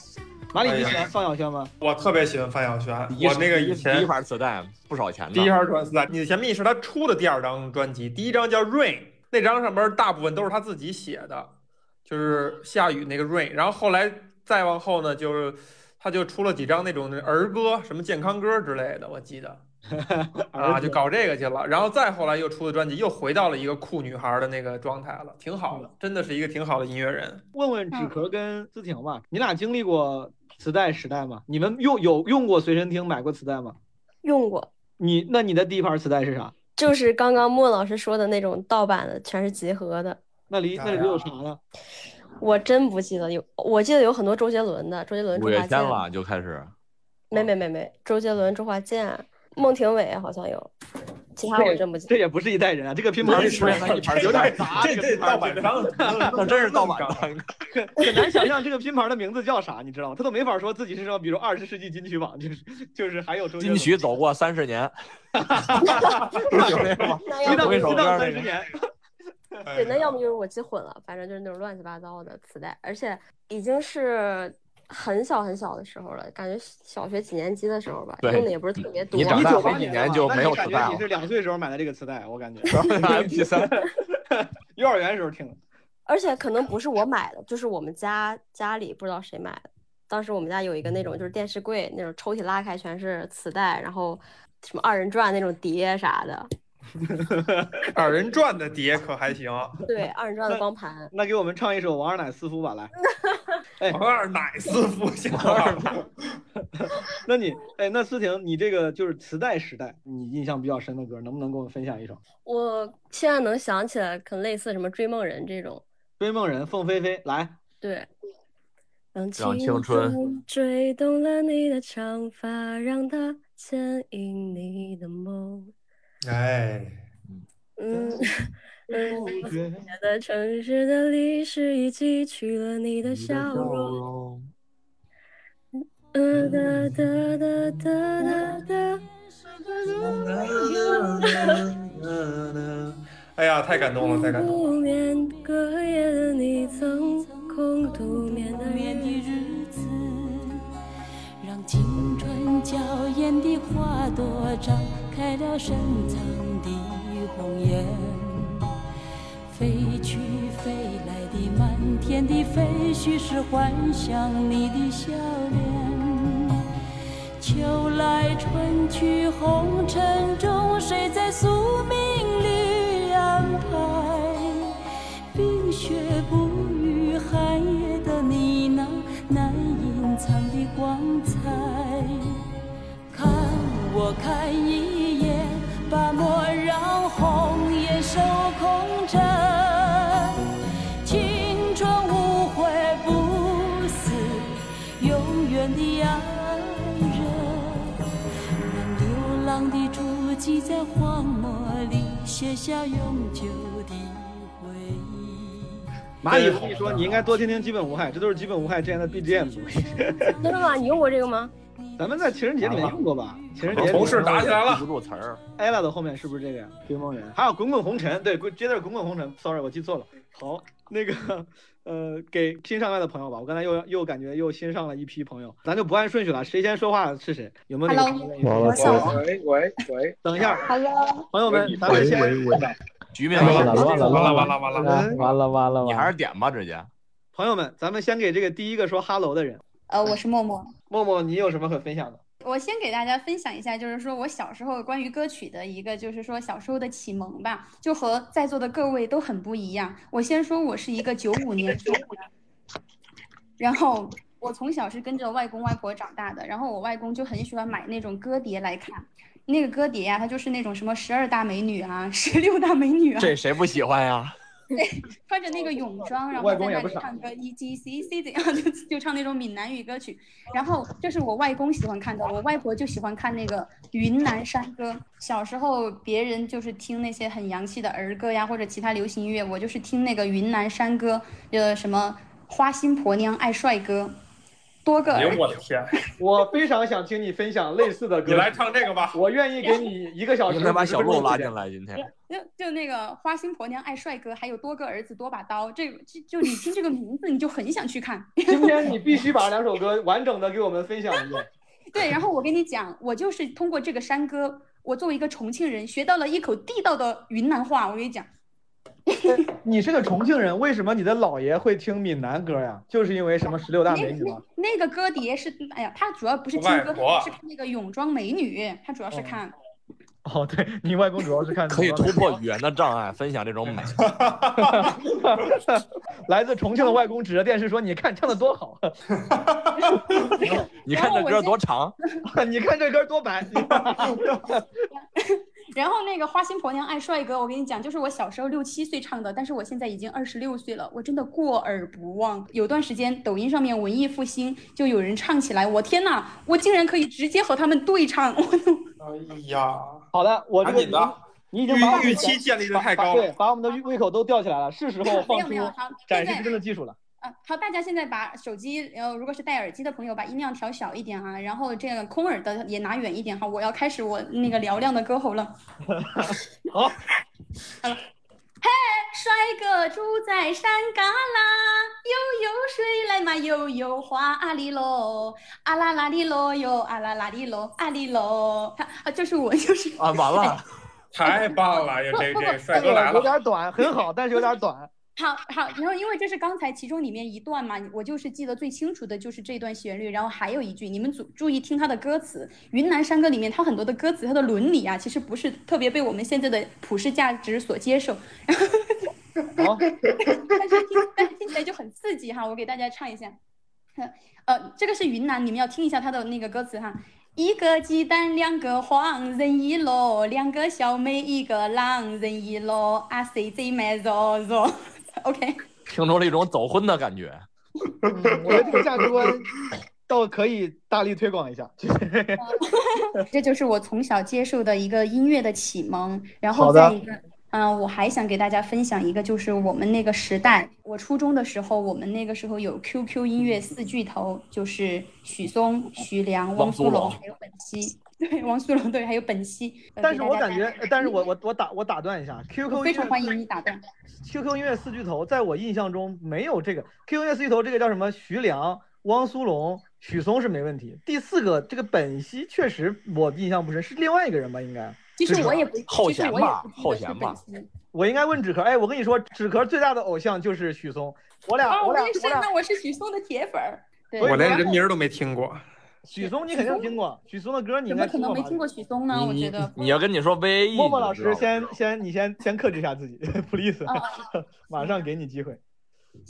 Speaker 9: 马里，你喜欢范晓萱吗？
Speaker 10: 我特别喜欢范晓萱，
Speaker 11: 一
Speaker 10: 我那个以前
Speaker 11: 第一盘磁带不少钱的。
Speaker 10: 第一张专辑，你的甜蜜是他出的第二张专辑，第一张叫 Rain，那张上边大部分都是他自己写的，就是下雨那个 Rain。然后后来再往后呢，就是他就出了几张那种儿歌，什么健康歌之类的，我记得啊，就搞这个去了。然后再后来又出的专辑，又回到了一个酷女孩的那个状态了，挺好的，真的是一个挺好的音乐人。
Speaker 9: 问问纸壳跟思婷吧，你俩经历过磁带时代吗？你们用有用过随身听买过磁带吗？
Speaker 14: 用过，
Speaker 9: 你那你的第一盘磁带是啥？
Speaker 14: 就是刚刚莫老师说的那种盗版的，全是集合的。
Speaker 9: 那离那里有啥呢？
Speaker 14: 我真不记得有，我记得有很多周杰伦的，周杰伦、
Speaker 11: 五
Speaker 14: 周
Speaker 11: 月
Speaker 14: 华健
Speaker 11: 天，了就开始，
Speaker 14: 没没没没，周杰伦、周华健、孟庭苇好像有，其他我真不记
Speaker 9: 这也不是一代人啊，这个拼盘
Speaker 11: 出现在一盘磁带这这
Speaker 9: (laughs)
Speaker 11: 盗版商那真是盗版 (laughs) 商。
Speaker 9: 很很难想象这个拼盘的名字叫啥，你知道吗？他都没法说自己是什么，比如二十世纪金曲榜，就是就是还有周杰
Speaker 11: 金
Speaker 9: 伦。
Speaker 11: 曲走过三十
Speaker 9: (laughs)
Speaker 11: 年，
Speaker 9: 一到
Speaker 11: 有一首
Speaker 9: 一到
Speaker 11: 歌
Speaker 9: 三
Speaker 11: 那
Speaker 9: 十
Speaker 11: 个
Speaker 9: 年，
Speaker 14: 得。对，那要么就是我记混了，反正就是那种乱七八糟的磁带，而且已经是很小很小的时候了，感觉小学几年级的时候吧，
Speaker 11: 对
Speaker 14: 用的也不是特别多。
Speaker 11: 你长
Speaker 14: (laughs)
Speaker 11: 大后一
Speaker 9: 年
Speaker 11: 年就没有
Speaker 9: 感
Speaker 11: 磁
Speaker 9: 觉
Speaker 11: 带
Speaker 9: 你
Speaker 11: 了
Speaker 9: (laughs) 是两岁时候买的这个磁带，我感觉。
Speaker 11: MP 三。
Speaker 9: 幼儿园时候听的。
Speaker 14: 而且可能不是我买的，就是我们家家里不知道谁买的。当时我们家有一个那种就是电视柜那种抽屉拉开全是磁带，然后什么二人转那种碟啥的。
Speaker 10: (laughs) 二人转的碟可还行，
Speaker 14: 对，二人转的光盘。
Speaker 9: (laughs) 那给我们唱一首王二奶私服
Speaker 10: (laughs)
Speaker 9: 吧，来。哎，
Speaker 10: 王二奶私
Speaker 9: (laughs)
Speaker 10: 服，
Speaker 9: 王二奶。那你，哎，那思婷，你这个就是磁带时代，你印象比较深的歌，能不能给我们分享一首《
Speaker 14: 我现在能想起来，可能类似什么追梦人这种。
Speaker 9: 追梦人》？凤飞飞来。
Speaker 14: 对，让
Speaker 11: 让青春
Speaker 14: 吹动了你的长发，让它牵引你的梦。
Speaker 19: 哎，
Speaker 14: 嗯 (laughs) 嗯，我觉得城市的历史已记取了你的笑容。嗯哒哒哒哒哒哒
Speaker 9: 嗯
Speaker 10: 哎呀，太感动了，太感动了。
Speaker 14: 不眠隔夜的你曾空独眠的日子。
Speaker 15: 让青春娇艳的花朵张开了深藏的红颜，飞去飞来的满天的飞絮是幻想你的笑脸。秋来春去，红尘中，谁在宿命里安排？冰雪不语，寒夜的你那难隐藏的光彩。看我看一眼，把莫让红颜守空枕。青春无悔不死，永远的爱人。让流浪的足迹在荒漠里写下永久的。
Speaker 9: 蚂蚁，我跟你说，你应该多听听《基本无害》，这都是《基本无害》之前的
Speaker 10: (laughs)
Speaker 9: BGM。
Speaker 14: 真的吗？你用过这个吗？
Speaker 9: 咱们在情人节里面用过吧？情人节
Speaker 10: 同事打起来了，
Speaker 11: 入词儿。
Speaker 9: Ella 的后面是不是这个呀？追梦人，还有滚滚红尘，对，滚接着滚滚红尘，sorry，我记错了。好，那个呃，给新上来的朋友吧，我刚才又又感觉又新上了一批朋友，咱就不按顺序了，谁先说话是谁，有没有那个
Speaker 20: Hello，
Speaker 9: 常规
Speaker 20: 我想
Speaker 9: 喂喂喂，等一下，
Speaker 20: Hello，
Speaker 9: 朋友们，咱们先
Speaker 11: 局面完了，
Speaker 9: 完
Speaker 11: 完了，
Speaker 9: 了完
Speaker 11: 完
Speaker 9: 了
Speaker 11: 了，完了，
Speaker 9: 完了完了
Speaker 11: 完了，完了。你还是点吧，直
Speaker 9: (laughs)
Speaker 11: 接。
Speaker 9: (laughs) 朋友们，咱们先给这个第一个说哈喽的人，
Speaker 21: 呃，我是默默。
Speaker 9: 默默，你有什么可分享的？
Speaker 21: 我先给大家分享一下，就是说我小时候关于歌曲的一个，就是说小时候的启蒙吧，就和在座的各位都很不一样。我先说，我是一个九五年生的，然后我从小是跟着外公外婆长大的，然后我外公就很喜欢买那种歌碟来看，那个歌碟呀、它就是那种什么十二大美女啊、十六大美女啊，
Speaker 11: 这谁不喜欢呀？
Speaker 21: (laughs) 穿着那个泳装，然后
Speaker 11: 外
Speaker 21: 在
Speaker 11: 公
Speaker 21: 那
Speaker 11: 也不
Speaker 21: 里
Speaker 11: 傻
Speaker 21: 唱歌 E G C C 怎样就就唱那种闽南语歌曲。然后这是我外公喜欢看的，我外婆就喜欢看那个云南山歌。小时候别人就是听那些很洋气的儿歌呀，或者其他流行音乐，我就是听那个云南山歌，呃，什么花心婆娘爱帅哥，多个
Speaker 10: 哎
Speaker 21: 儿
Speaker 10: 呦我的天！
Speaker 9: (laughs) 我非常想听你分享类似的歌曲，
Speaker 10: 你来唱这个吧，
Speaker 9: 我愿意给你一个小时。
Speaker 11: 应该把小鹿拉进来，今天。
Speaker 21: 就就那个花心婆娘爱帅哥，还有多个儿子多把刀，这这就你听这个名字你就很想去看。
Speaker 9: 今天你必须把两首歌完整的给我们分享一遍。
Speaker 21: 对，然后我跟你讲，我就是通过这个山歌，我作为一个重庆人，学到了一口地道的云南话。我跟你讲，
Speaker 9: 你是个重庆人，为什么你的姥爷会听闽南歌呀？就是因为什么十六大美女吗？
Speaker 21: 那个歌碟是，哎呀，他主要不是听
Speaker 9: 外
Speaker 21: 歌，
Speaker 9: 婆
Speaker 21: 是看那个泳装美女，他主要是看。
Speaker 9: (laughs) 哦，对你外公主要是看
Speaker 11: 可以突破语言的障碍，分享这种美。 (laughs)
Speaker 9: 来自重庆的外公指着电视说：“你看唱的多好，
Speaker 11: 你看这歌多长？
Speaker 9: 你看这歌多白。
Speaker 21: 然后那个花心婆娘爱帅哥，我跟你讲，就是我小时候六七岁唱的，但是我现在已经二十六岁了，我真的过耳不忘。有段时间抖音上面文艺复兴就有人唱起来，我天呐，我竟然可以直接和他们对唱，我都
Speaker 10: 哎呀，
Speaker 9: 好的，我这
Speaker 10: 赶
Speaker 9: 个
Speaker 10: 紧的，
Speaker 9: 你已经把我们的
Speaker 10: 预期建立的太
Speaker 9: 把
Speaker 10: 高
Speaker 9: 对，
Speaker 10: 了。
Speaker 9: 把我们的胃口都吊起来了，是时候放出
Speaker 21: 没有没有好
Speaker 9: 展
Speaker 21: 现
Speaker 9: 示
Speaker 21: 在
Speaker 9: 真的技术了。
Speaker 21: 啊，好，大家现在把手机，呃，如果是戴耳机的朋友，把音量调小一点啊，然后这个空耳的也拿远一点哈。我要开始我那个嘹亮的歌喉了。
Speaker 9: 好，
Speaker 21: 嘿，帅哥住在山旮旯，悠悠水来嘛悠悠花啊哩喽，啊啦 (laughs) 啦哩喽哟，啊啦啦哩喽，啊哩喽。啊，就是我，就是
Speaker 11: 啊，完了，
Speaker 10: (laughs) 太棒了！呀，这这帅哥来
Speaker 9: 有
Speaker 10: 了，
Speaker 9: 点短，很好，但是有点短。
Speaker 21: 好好，然后因为这是刚才其中里面一段嘛，我就是记得最清楚的就是这段旋律，然后还有一句，你们注注意听它的歌词，《云南山歌》里面它很多的歌词，它的伦理啊，其实不是特别被我们现在的普世价值所接受。 (laughs)
Speaker 9: 好，
Speaker 21: 但是听但是听起来就很刺激哈，我给大家唱一下。呃，这个是云南，你们要听一下它的那个歌词哈。一个鸡蛋，两个黄，人一箩；两个小妹，一个狼，人一箩。啊，谁最卖肉肉 (laughs) ？OK，
Speaker 11: 听出了一种走婚的感觉。
Speaker 9: 我觉得这个价值观倒可以大力推广一下。
Speaker 21: 这就是我从小接受的一个音乐的启蒙。然后
Speaker 9: 好的
Speaker 21: 再一个，嗯、我还想给大家分享一个，就是我们那个时代，我初中的时候，我们那个时候有 QQ 音乐四巨头，就是许嵩、徐良、汪
Speaker 9: 汪苏
Speaker 21: 苏
Speaker 9: 泷
Speaker 21: 泷还有本兮。 (laughs) 对，汪苏泷对，还有本兮。呃
Speaker 9: 但
Speaker 21: 给
Speaker 9: 是
Speaker 21: 大
Speaker 9: 我
Speaker 21: 家
Speaker 9: 感
Speaker 21: 带
Speaker 9: 觉，呃但是我我我打我打断一下
Speaker 21: 我
Speaker 9: ，QQ
Speaker 21: 非
Speaker 9: 音
Speaker 21: 常
Speaker 9: 乐
Speaker 21: 欢迎你打断。
Speaker 9: QQ 音乐四巨头，在我印象中没有这个 QQ 音乐四巨头，这个叫什么？徐良、汪苏泷、许嵩是没问题。第四个这个本兮确实我印象不深，是另外一个人吧？应该。
Speaker 21: 其实我也不，
Speaker 9: 后
Speaker 21: 其实
Speaker 9: 弦
Speaker 21: 我也
Speaker 9: 吧
Speaker 21: 不记得
Speaker 9: 后
Speaker 21: 是
Speaker 9: 弦
Speaker 21: 本
Speaker 9: 吧
Speaker 21: 兮
Speaker 9: 我应该问纸壳，哎，我跟你说，纸壳最大的偶像就是许嵩，我俩、
Speaker 21: 哦，
Speaker 9: 我俩
Speaker 21: 也是，
Speaker 9: 我俩，
Speaker 21: 那我是许嵩的铁粉儿。对，
Speaker 10: 我连
Speaker 21: 然
Speaker 10: 人
Speaker 21: 后
Speaker 10: 名儿都没听过。
Speaker 9: 许嵩你肯定听过，许嵩的歌你应
Speaker 21: 怎么
Speaker 9: 该
Speaker 21: 可
Speaker 9: 听
Speaker 21: 能
Speaker 9: 过
Speaker 21: 没
Speaker 9: 吧？
Speaker 21: 听过许嵩呢？我觉得
Speaker 11: 你要跟你说 VAE，
Speaker 9: 默默老
Speaker 11: 你
Speaker 9: 师
Speaker 11: 就知道了。
Speaker 9: 先先你先先克制一下自己，please，马 (laughs)
Speaker 21: 啊
Speaker 9: 上给你机会。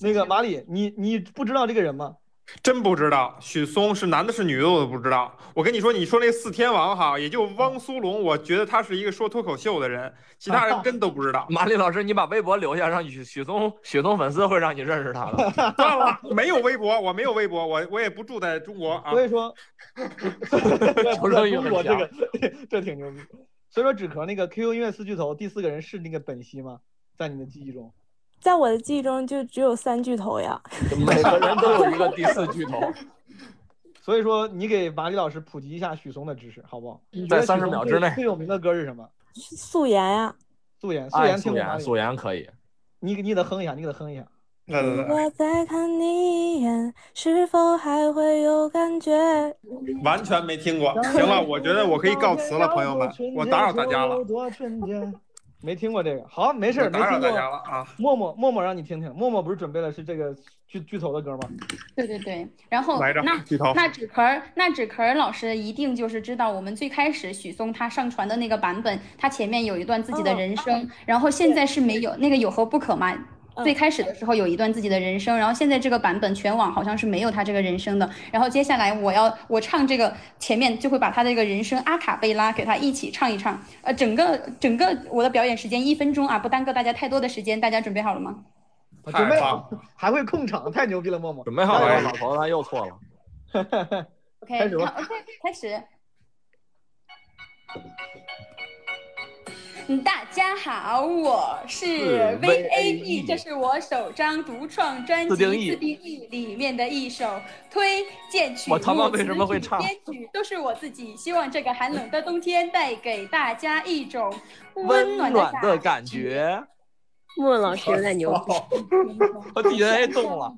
Speaker 9: 那个马里，你你不知道这个人吗？
Speaker 10: 真不知道，许嵩是男的是女的我都不知道。我跟你说，你说那四天王哈，也就汪苏泷，我觉得他是一个说脱口秀的人，其他人真都不知道
Speaker 11: (laughs) 马丽老师，你把微博留下，让许许
Speaker 10: (laughs)
Speaker 11: 嵩许嵩哦粉丝会让你认识他
Speaker 9: (laughs)
Speaker 11: 的。
Speaker 10: 算了，没有微博，我没有微博，我我也不住在中国啊。
Speaker 9: 所以说，
Speaker 11: (laughs) 求生欲
Speaker 9: 中
Speaker 11: 很
Speaker 9: 国这
Speaker 11: 强
Speaker 9: 个这挺牛逼。所以说，纸壳那个 QQ 音乐四巨头第四个人是那个本兮吗？在你的记忆中，
Speaker 15: 在我的记忆中就只有三巨头呀。
Speaker 11: 每个人都有一个第四巨
Speaker 15: (laughs)
Speaker 11: 头。
Speaker 9: (laughs) 所以说你给马里老师普及一下许嵩的知识，好不好？你觉
Speaker 11: 在
Speaker 9: 得许
Speaker 11: 30
Speaker 9: 嵩
Speaker 11: 秒
Speaker 9: 最
Speaker 11: 之内
Speaker 9: 最有名的歌是什么？
Speaker 15: 素颜哎呀、
Speaker 9: 素颜，素
Speaker 11: 哎，
Speaker 9: 颜
Speaker 11: 素
Speaker 9: 听过
Speaker 11: 颜，
Speaker 9: 吗？
Speaker 11: 素颜可以。
Speaker 9: 你你得哼一下，你得哼一下。
Speaker 10: 来来
Speaker 15: 我再看你一眼，是否还会有感觉？
Speaker 10: 完全没听过。行了，我觉得我可以告辞了，朋友们，我打扰大家了。。
Speaker 9: 哎没听过这个，好，没事儿，
Speaker 10: 我
Speaker 9: 没
Speaker 10: 打
Speaker 9: 听
Speaker 10: 扰
Speaker 9: 过。
Speaker 10: 大家了啊！
Speaker 9: 默默，默默让你听听，默默不是准备了是这个巨巨头的歌吗？
Speaker 21: 对对对，然后
Speaker 9: 来着
Speaker 21: 那
Speaker 9: 巨头
Speaker 21: 那纸壳儿那纸壳儿老师一定就是知道我们最开始许嵩他上传的那个版本，他前面有一段自己的人生，然后现在是没有那个有何不可嘛？最开始的时候有一段自己的人生，然后现在这个版本全网好像是没有他这个人生的。然后接下来我要我唱这个前面就会把他这个人生阿卡贝拉给他一起唱一唱，呃，整个整个我的表演时间一分钟啊，不耽搁大家太多的时间，大家准备好了吗？
Speaker 9: 准
Speaker 11: 棒
Speaker 9: 备好，还会控场，太牛逼了，默默。准
Speaker 11: 备好了，哎老头他又错
Speaker 9: (laughs)
Speaker 11: 了。
Speaker 21: OK，
Speaker 9: 开始吧
Speaker 21: 好，OK，开哦始。嗯大家好，我是
Speaker 11: 是 E
Speaker 21: VAE，这是我首张独创专辑
Speaker 11: 自
Speaker 21: 《
Speaker 11: 定义
Speaker 21: 自定义》里面的一首推荐曲目。
Speaker 11: 我他妈为什么会唱
Speaker 21: 词曲编曲都是我自己，希望这个寒冷的冬天带给大家一种温
Speaker 11: 温
Speaker 21: 暖
Speaker 11: 暖
Speaker 21: 的
Speaker 11: 的感觉。(laughs)
Speaker 21: 莫
Speaker 11: 老师有点牛逼我 DNA 动了。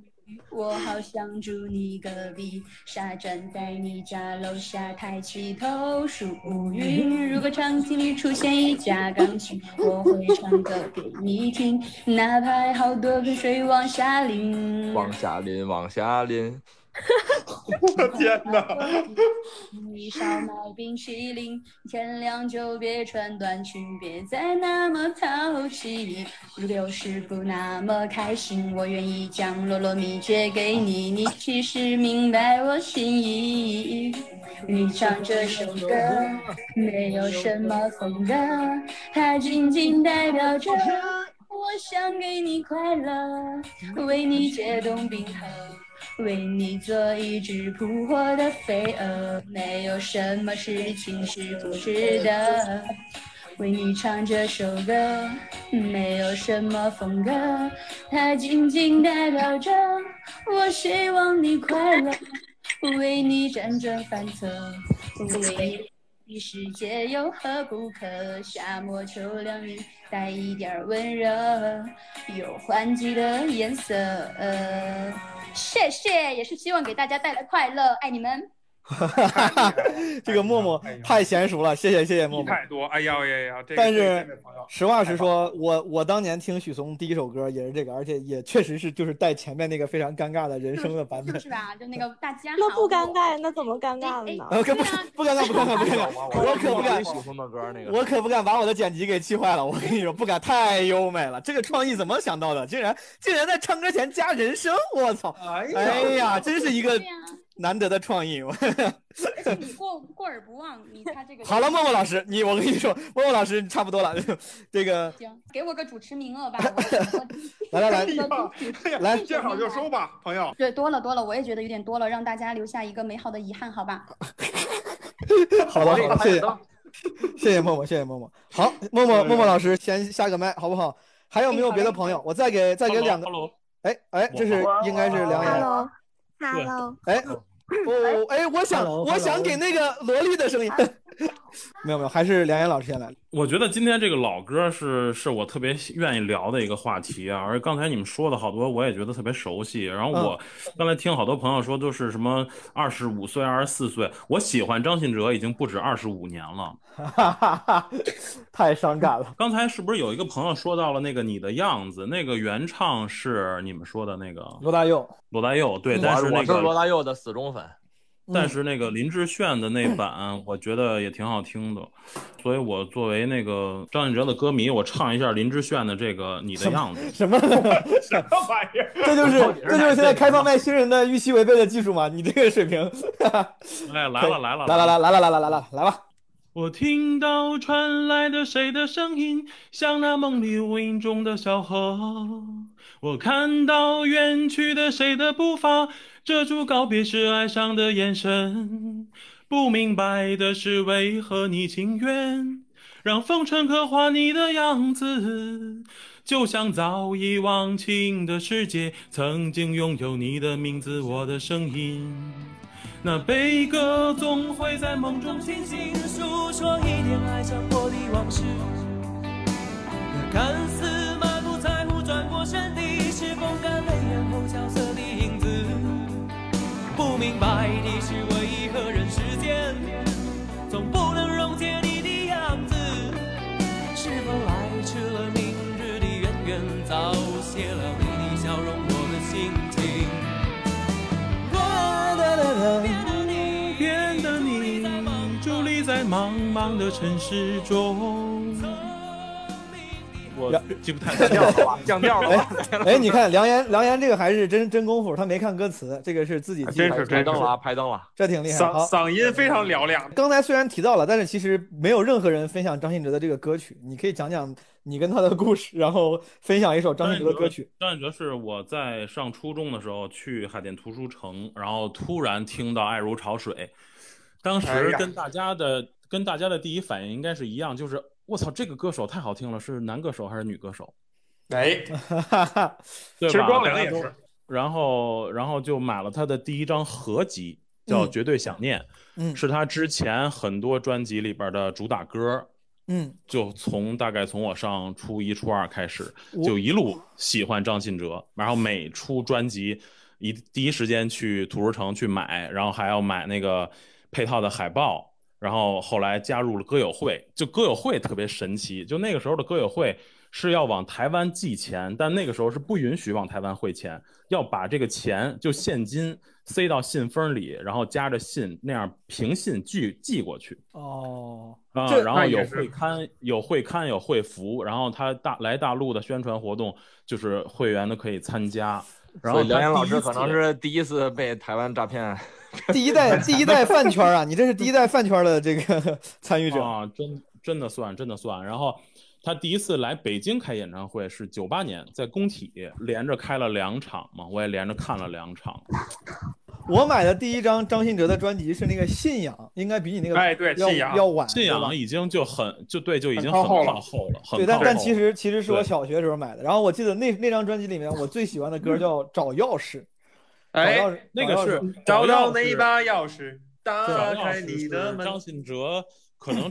Speaker 21: 我好想住你隔壁，沙站在你家楼下，抬起头数乌云。如果场景里出现一架钢琴，我会唱歌给你听，哪怕好多盆水往下淋。
Speaker 11: 往下淋，往下
Speaker 9: (laughs)
Speaker 11: 淋。
Speaker 10: 天哪！
Speaker 21: 你少买冰淇淋，天亮就别穿短裙，别再那么淘气。如果有时不那么开心，我愿意将罗罗蜜借给你，你其实明白我心意。你唱这首歌，没有什么风格，它仅仅代表着。我想给你快乐，为你解冻冰
Speaker 22: (laughs)
Speaker 21: 河。为你做一只扑火的飞蛾，没有什么事情是不值得。为你唱这首歌，没有什么风格，它仅仅代表着我希望你快乐。为你辗转反侧，为你世界有何不可？沙漠秋凉日，带一点儿温热，有换季的颜色。谢谢，也是希望给大家带来快乐，爱你们。
Speaker 9: (laughs) 这个默默太娴熟了，谢谢谢谢默默。
Speaker 10: 太多，哎呀呀呀！这个
Speaker 9: 但
Speaker 10: 这个这
Speaker 9: 是
Speaker 10: 位朋友
Speaker 9: 实话实说，我我当年听许嵩第一首歌也是这个，而且也确实是就是带前面那个非常尴尬的人声的版
Speaker 8: 是
Speaker 9: 本
Speaker 8: 不。
Speaker 21: 是吧？就那个大家
Speaker 8: 那不尴尬，那怎么尴尬了呢？
Speaker 9: (laughs) 呃，可不
Speaker 21: 啊
Speaker 9: 不尴尬，不尴尬，不尴尬，我可不敢，
Speaker 11: 的歌那
Speaker 9: 我可不敢把我的剪辑给气坏了。我跟你说，不敢，太优美了。这个创意怎么想到的？竟然竟然在唱歌前加人声，我操！
Speaker 10: 哎
Speaker 9: 呀，真是一个
Speaker 21: 对呀啊
Speaker 9: 难得的创意。我
Speaker 21: 而且你过过耳不忘，你他这个
Speaker 9: (laughs) 好了，默默老师，你我跟你说，默默老师差不多了。 (laughs) 这个
Speaker 21: 行，给我个主持名额吧。
Speaker 9: (laughs) 来来来，来
Speaker 21: 这好就收
Speaker 10: 吧，朋友。
Speaker 21: 对，多了多了，我也觉得有点多了，让大家留下一个美好的遗憾，好吧？
Speaker 9: 好了，好了，谢谢， (laughs) 谢谢默默，谢谢默默。好，默默，默默老师先下个麦，好不好？还有没有别的朋友？我再给再给两个。哎哎，这是应该是梁岩。
Speaker 6: Hello，Hello，
Speaker 9: 哎，哦哎，我想我想给那个萝莉的声音。没有没有，还是梁岩老师先来。
Speaker 20: 我觉得今天这个老歌是是我特别愿意聊的一个话题啊，而刚才你们说的好多我也觉得特别熟悉。然后我
Speaker 11: 嗯
Speaker 20: 刚才听好多朋友说，就是什么二十五岁、二十四岁，我喜欢张信哲已经不止二十五年了。
Speaker 9: (laughs) 太伤感了。
Speaker 20: 刚才是不是有一个朋友说到了那个你的样子？那个原唱是你们说的那个
Speaker 9: 罗大佑，
Speaker 20: 罗大佑对，
Speaker 11: 我
Speaker 20: 但是
Speaker 11: 嗯我
Speaker 20: 那
Speaker 11: 是
Speaker 20: 个
Speaker 11: 罗大佑的死忠粉。
Speaker 20: 但是那个林志炫的那版，我觉得也挺好听的，所以我作为那个张信哲的歌迷，我唱一下林志炫的这个《你的样子》。
Speaker 9: (laughs) (laughs) 什么什么玩意儿？ (laughs) 这就是这就是现在开放麦新人的预期违背的技术嘛？你这个水平。
Speaker 19: (laughs)
Speaker 20: 哎，来了来了
Speaker 9: 来来来来来来来来来吧。
Speaker 19: 我听到传来的谁的声音，像那梦里无影中的小河。我看到远去的谁的步伐，遮住告别时哀伤的眼神。不明白的是，为何你情愿让风尘刻画你的样子，就像早已忘情的世界，曾经拥有你的名字，我的声音。那悲歌总会在梦中清醒。诉说一点爱上我的往事。看似满不在乎，转过身的是风干泪眼后萧瑟的影子。不明白你是为何人世间，总不能溶解你的样子。是否来迟了明日的渊源，早谢了你的笑容，我的心情。变得你伫立在茫茫的城市中。我记不太
Speaker 11: 降调
Speaker 20: (laughs)
Speaker 11: 了吧降调了吧
Speaker 9: 哎哎，你看梁岩，梁岩这个还是真真功夫，他没看歌词，这个是自己记的。
Speaker 11: 排灯了啊，排灯了，
Speaker 9: 这挺厉害。
Speaker 11: 嗓
Speaker 9: 好
Speaker 10: 嗓音非常
Speaker 11: 嗯
Speaker 10: 嘹亮。
Speaker 9: 刚才虽然提到了，但是其实没有任何人分享张信哲的这个歌曲。你可以讲讲你跟他的故事，然后分享一首张信哲的歌曲。
Speaker 20: 张信哲是我在上初中的时候去海淀图书城，然后突然听到《爱如潮水》，当
Speaker 19: 哎
Speaker 20: 时
Speaker 19: 呀
Speaker 20: 跟大家的、跟大家的第一反应应该是一样，就是我操，这个歌手太好听了，是男歌手还是女歌手？
Speaker 10: 哎，
Speaker 20: (laughs) 对吧？
Speaker 10: 其实光良也
Speaker 20: 大家
Speaker 10: 是
Speaker 20: 都。然后，然后就买了他的第一张合集，叫
Speaker 10: 嗯
Speaker 20: 《绝对想念》，
Speaker 9: 嗯
Speaker 20: 是他之前很多专辑里边的主打歌。
Speaker 9: 嗯，
Speaker 20: 就从大概从我上初一、初二开始，
Speaker 9: 我
Speaker 20: 就一路喜欢张信哲，然后每出专辑一第一时间去图书城去买，然后还要买那个配套的海报，然后后来加入了歌友会，就歌友会特别神奇，就那个时候的歌友会是要往台湾寄钱，但那个时候是不允许往台湾汇钱，要把这个钱就现金塞到信封里，然后夹着信那样平信寄寄过去。
Speaker 9: 哦，
Speaker 20: 啊、
Speaker 9: 这
Speaker 20: 然后有
Speaker 9: 那也是
Speaker 20: 会刊、有会刊、有会服，然后他大来大陆的宣传活动，就是会员的可以参加。然后
Speaker 11: 所以梁岩
Speaker 20: 他
Speaker 11: 老
Speaker 20: 第一
Speaker 11: 师可能
Speaker 20: 次
Speaker 11: 是第一次被台湾诈骗。
Speaker 9: (laughs) 第一代第一代饭圈啊，你这是第一代饭圈的这个 (laughs) 参与者。
Speaker 10: 哦
Speaker 20: 啊，真真的算真的算。然后他第一次来北京开演唱会是九八年，在工体连着开了两场嘛，我也连着看了两场。
Speaker 9: 我买的第一张张信哲的专辑是那个《信仰》，应该比你那个
Speaker 10: 哎
Speaker 11: 哎
Speaker 9: 要要晚，
Speaker 20: 信
Speaker 9: 对吧
Speaker 20: 仰已经就很就对，就已经
Speaker 9: 很
Speaker 20: 很
Speaker 9: 靠后了
Speaker 20: 靠后了，很
Speaker 9: 对，但
Speaker 20: 靠
Speaker 9: 但
Speaker 20: 后
Speaker 9: 其
Speaker 20: 了
Speaker 9: 实其实是我
Speaker 20: 对
Speaker 9: 小学时候买的。然后我记得那那张专辑里面，我最喜欢的
Speaker 20: 嗯
Speaker 9: 歌叫《找钥匙》。
Speaker 10: 哎
Speaker 9: 找钥匙
Speaker 20: 那个是
Speaker 10: 找到
Speaker 20: 钥匙
Speaker 10: 那一把钥匙，打
Speaker 9: 啊
Speaker 20: 张
Speaker 10: 开你的门。
Speaker 20: 张信哲可能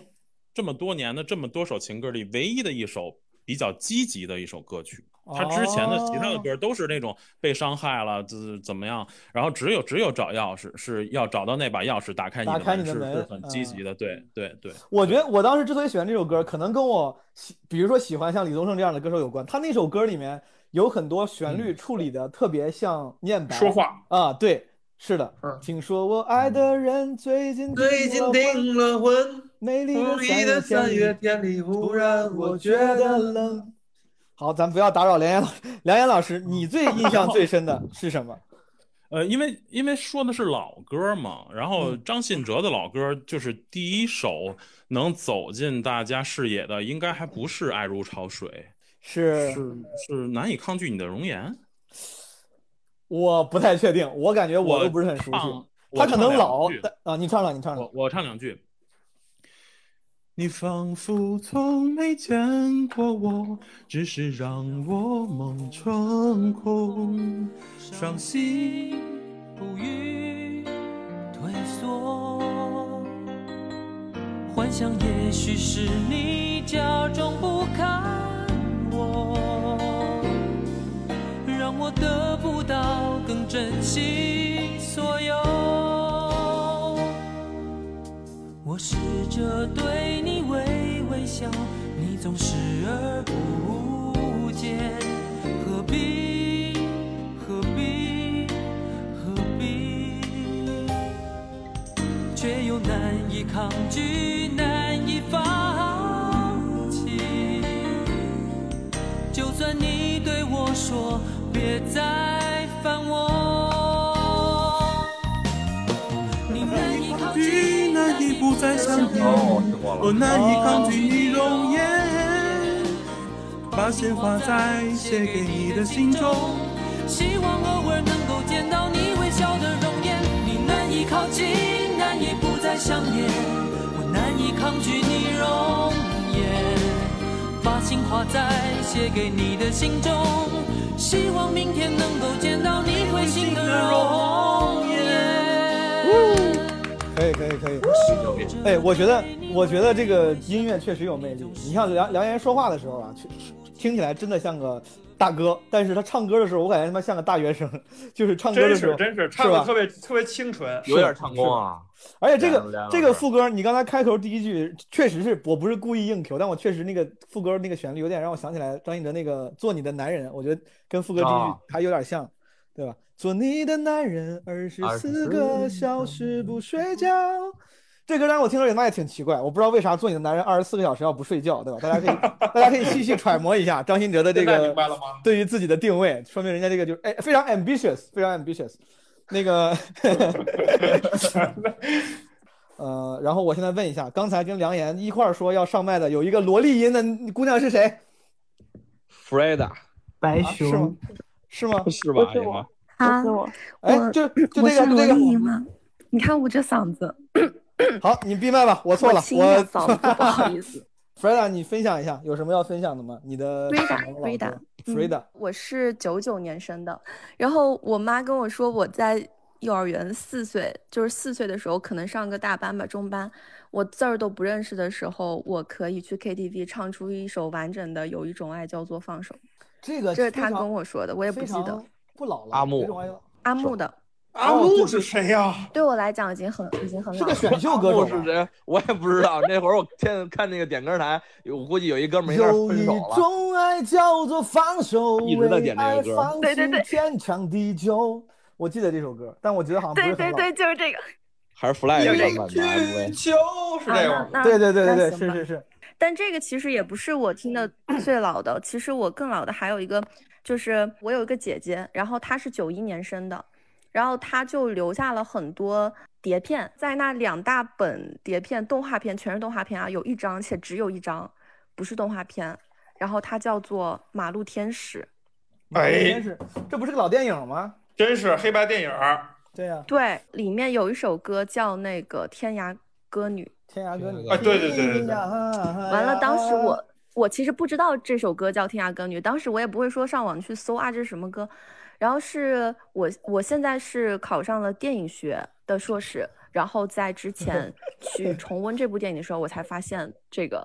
Speaker 20: 这么多年的这么多首情歌里唯一的一首比较积极的一首歌曲。他之前的其他
Speaker 9: 哦
Speaker 20: 的歌都是那种被伤害了，怎怎么样，然后只有只有找钥匙，是要找到那把钥匙，打开你
Speaker 9: 打
Speaker 20: 的
Speaker 9: 开
Speaker 20: 门，
Speaker 9: 你的
Speaker 20: 是
Speaker 9: 门嗯
Speaker 20: 是很积极的，对对对。
Speaker 9: 我觉得我当时之所以喜欢这首歌，可能跟我喜，比如说喜欢像李宗盛这样的歌手有关。他那首歌里面有很多旋
Speaker 20: 嗯
Speaker 9: 律处理的特别像念白
Speaker 6: 说话嗯
Speaker 9: 啊，对，是的。听说我爱的人最近
Speaker 6: 最近订了婚，
Speaker 9: 美丽
Speaker 6: 无力
Speaker 9: 的
Speaker 6: 的
Speaker 9: 三
Speaker 6: 三
Speaker 9: 月
Speaker 6: 月
Speaker 9: 天
Speaker 6: 天里，忽然我觉得冷。
Speaker 9: 好，咱不要打扰梁岩老师。梁岩老师，你最印象最
Speaker 20: (laughs)
Speaker 9: 深的是什么？
Speaker 20: 呃，因为因为说的是老歌嘛，然后
Speaker 9: 嗯
Speaker 20: 张信哲的老歌就是第一首能走进大家视野的，应该还不是《爱如潮水》，
Speaker 9: 是
Speaker 20: 是是难以抗拒你的容颜。
Speaker 9: 我不太确定，我感觉我
Speaker 20: 我
Speaker 9: 都不是很熟
Speaker 20: 唱
Speaker 9: 悉。他可能老
Speaker 20: 我唱两句
Speaker 9: 但啊，你唱了，你唱了。
Speaker 20: 我唱两句，
Speaker 19: 你仿佛从没见过我，只是让我梦穿空，伤心不语。
Speaker 4: 退缩。幻想也许是你假装不看我，让我得不到更珍惜所有。我试着对你微微笑，你总视而不见，何必何必何必？却又难以抗拒，难以放弃。就算你对我说别再烦我，你难以抗拒，难以不再想你，
Speaker 19: 我难以抗拒你容颜，把鲜花再写给你的信中。
Speaker 4: 希望偶尔能够见到你微笑的容颜。你难以靠近，难以不再想念，我难以抗拒你容颜。把心花再写给你的心中，希望明天能够见到你会心的容颜。
Speaker 9: 可以可以可以，哎，我觉得我觉得这个音乐确实有魅力。你像梁梁岩说话的时候啊，确听起来真的像个大哥，但是他唱歌的时候，我感觉他妈像个大学生，就是唱歌的
Speaker 6: 真
Speaker 9: 时
Speaker 6: 是
Speaker 9: 候，
Speaker 6: 真是，
Speaker 9: 是
Speaker 6: 唱的
Speaker 9: 吧
Speaker 6: 特别特别清纯，
Speaker 9: 有点唱功
Speaker 11: 啊。
Speaker 9: 而且这
Speaker 11: 两
Speaker 9: 个
Speaker 11: 两
Speaker 9: 这个副歌，你刚才开头第一句确实是我不是故意硬 Q，但我确实那个副歌那个旋律有点让我想起来张信哲那个《做你的男人》，我觉得跟副歌第一句
Speaker 11: 啊
Speaker 9: 还有点像，对吧？做你的男人，二十四
Speaker 11: 24
Speaker 9: 个小时不睡觉。这歌让我听着也妈也挺奇怪，我不知道为啥做你的男人二十四个小时要不睡觉，对吧？大家可
Speaker 6: (laughs)
Speaker 9: 以大家可以细细揣摩一下张信哲的这
Speaker 6: 现在
Speaker 9: 个
Speaker 6: 明白了吗
Speaker 9: 对于自己的定位，说明人家这个就是哎非常 ambitious，非常 ambitious。
Speaker 6: (laughs)
Speaker 9: 那个呃，然后我现在问一下，刚才跟梁岩一块儿说要上麦的有一个萝莉音的姑娘是谁？
Speaker 11: f r e d a
Speaker 9: 白熊、是吗？
Speaker 11: 是吧？
Speaker 9: 啊 (laughs) 不是
Speaker 11: 哎呀妈
Speaker 22: 啊，
Speaker 9: 哎
Speaker 22: 我 (clears throat)
Speaker 9: 就就这个
Speaker 22: 我是
Speaker 9: 就这
Speaker 22: 萝
Speaker 9: 个
Speaker 22: 莉吗？你看我这嗓子，
Speaker 11: 哎
Speaker 9: (clears throat) 好，你闭麦吧，我错了，
Speaker 22: 我清
Speaker 9: 我
Speaker 22: 一下嗓子不好意思。
Speaker 9: (laughs) Freda，你分享一下有什么要分享的吗？你的
Speaker 22: Frida，Frida，
Speaker 9: Freda，
Speaker 22: 嗯我是九九年生的，然后我妈跟我说我在幼儿园四岁，就是四岁的时候，可能上个大班吧，中班，我字儿都不认识的时候，我可以去 KTV 唱出一首完整的《有一种爱叫做放手》。
Speaker 9: 这个
Speaker 22: 这是
Speaker 9: 非
Speaker 22: 她
Speaker 9: 常
Speaker 22: 跟我说的，我也不
Speaker 9: 非
Speaker 22: 记
Speaker 9: 常
Speaker 22: 得。
Speaker 9: 不老了，
Speaker 11: 阿木
Speaker 9: 这种玩意儿
Speaker 22: 阿木
Speaker 9: 哦
Speaker 22: 的，
Speaker 6: 阿木是谁呀？
Speaker 22: 对我来讲已经很已经
Speaker 9: (laughs)
Speaker 22: 很老了。
Speaker 11: 阿木是谁？我也不知道。那会儿我天天看那个点歌台，我估计有一哥们儿在那儿
Speaker 9: 有
Speaker 11: 分
Speaker 9: 一
Speaker 11: 手了。
Speaker 9: 种爱叫做放手，
Speaker 11: 一直在点这个
Speaker 9: 为爱
Speaker 11: 歌
Speaker 9: 放
Speaker 22: 对对
Speaker 9: 弃
Speaker 22: 对
Speaker 9: 天长地久。我记得这首歌，但我觉得好像不
Speaker 22: 对
Speaker 9: 是很
Speaker 22: 对
Speaker 9: 老。
Speaker 22: 对，就是这个。
Speaker 11: 还是 Fly
Speaker 22: 有
Speaker 11: 原
Speaker 22: 一
Speaker 11: 版的啊 MV，
Speaker 6: 就是
Speaker 22: 这个啊那那
Speaker 9: 对对对对对，
Speaker 22: 那
Speaker 9: 是
Speaker 22: 行吧
Speaker 9: 是是。
Speaker 22: 但这个其实也不是我
Speaker 9: (clears throat)
Speaker 22: 听的最老的，其实我更老的还有一个，就是我有一个姐姐，然后她是九一年生的，然后她就留下了很多碟片，在那两大本碟片动画片，全是动画片啊，有一张且只有一张不是动画片，然后它叫做《马路天使》。
Speaker 6: 哎
Speaker 9: 真，是，这不是个老电影吗？
Speaker 6: 真是黑白电影儿。
Speaker 9: 对呀、
Speaker 22: 对，里面有一首歌叫那个《天涯歌女》。
Speaker 9: 天涯歌女哦
Speaker 6: 啊对对对对对
Speaker 22: 完
Speaker 9: 完
Speaker 22: 了，当
Speaker 9: (laughs)
Speaker 22: 时我我其实不知道这首歌叫《天涯歌女》，当时我也不会说上网去搜啊这是什么歌。然后是我我现在是考上了电影学的硕
Speaker 9: (laughs)
Speaker 22: 士，然后在之前去重温这部电影的时候，我才发现这个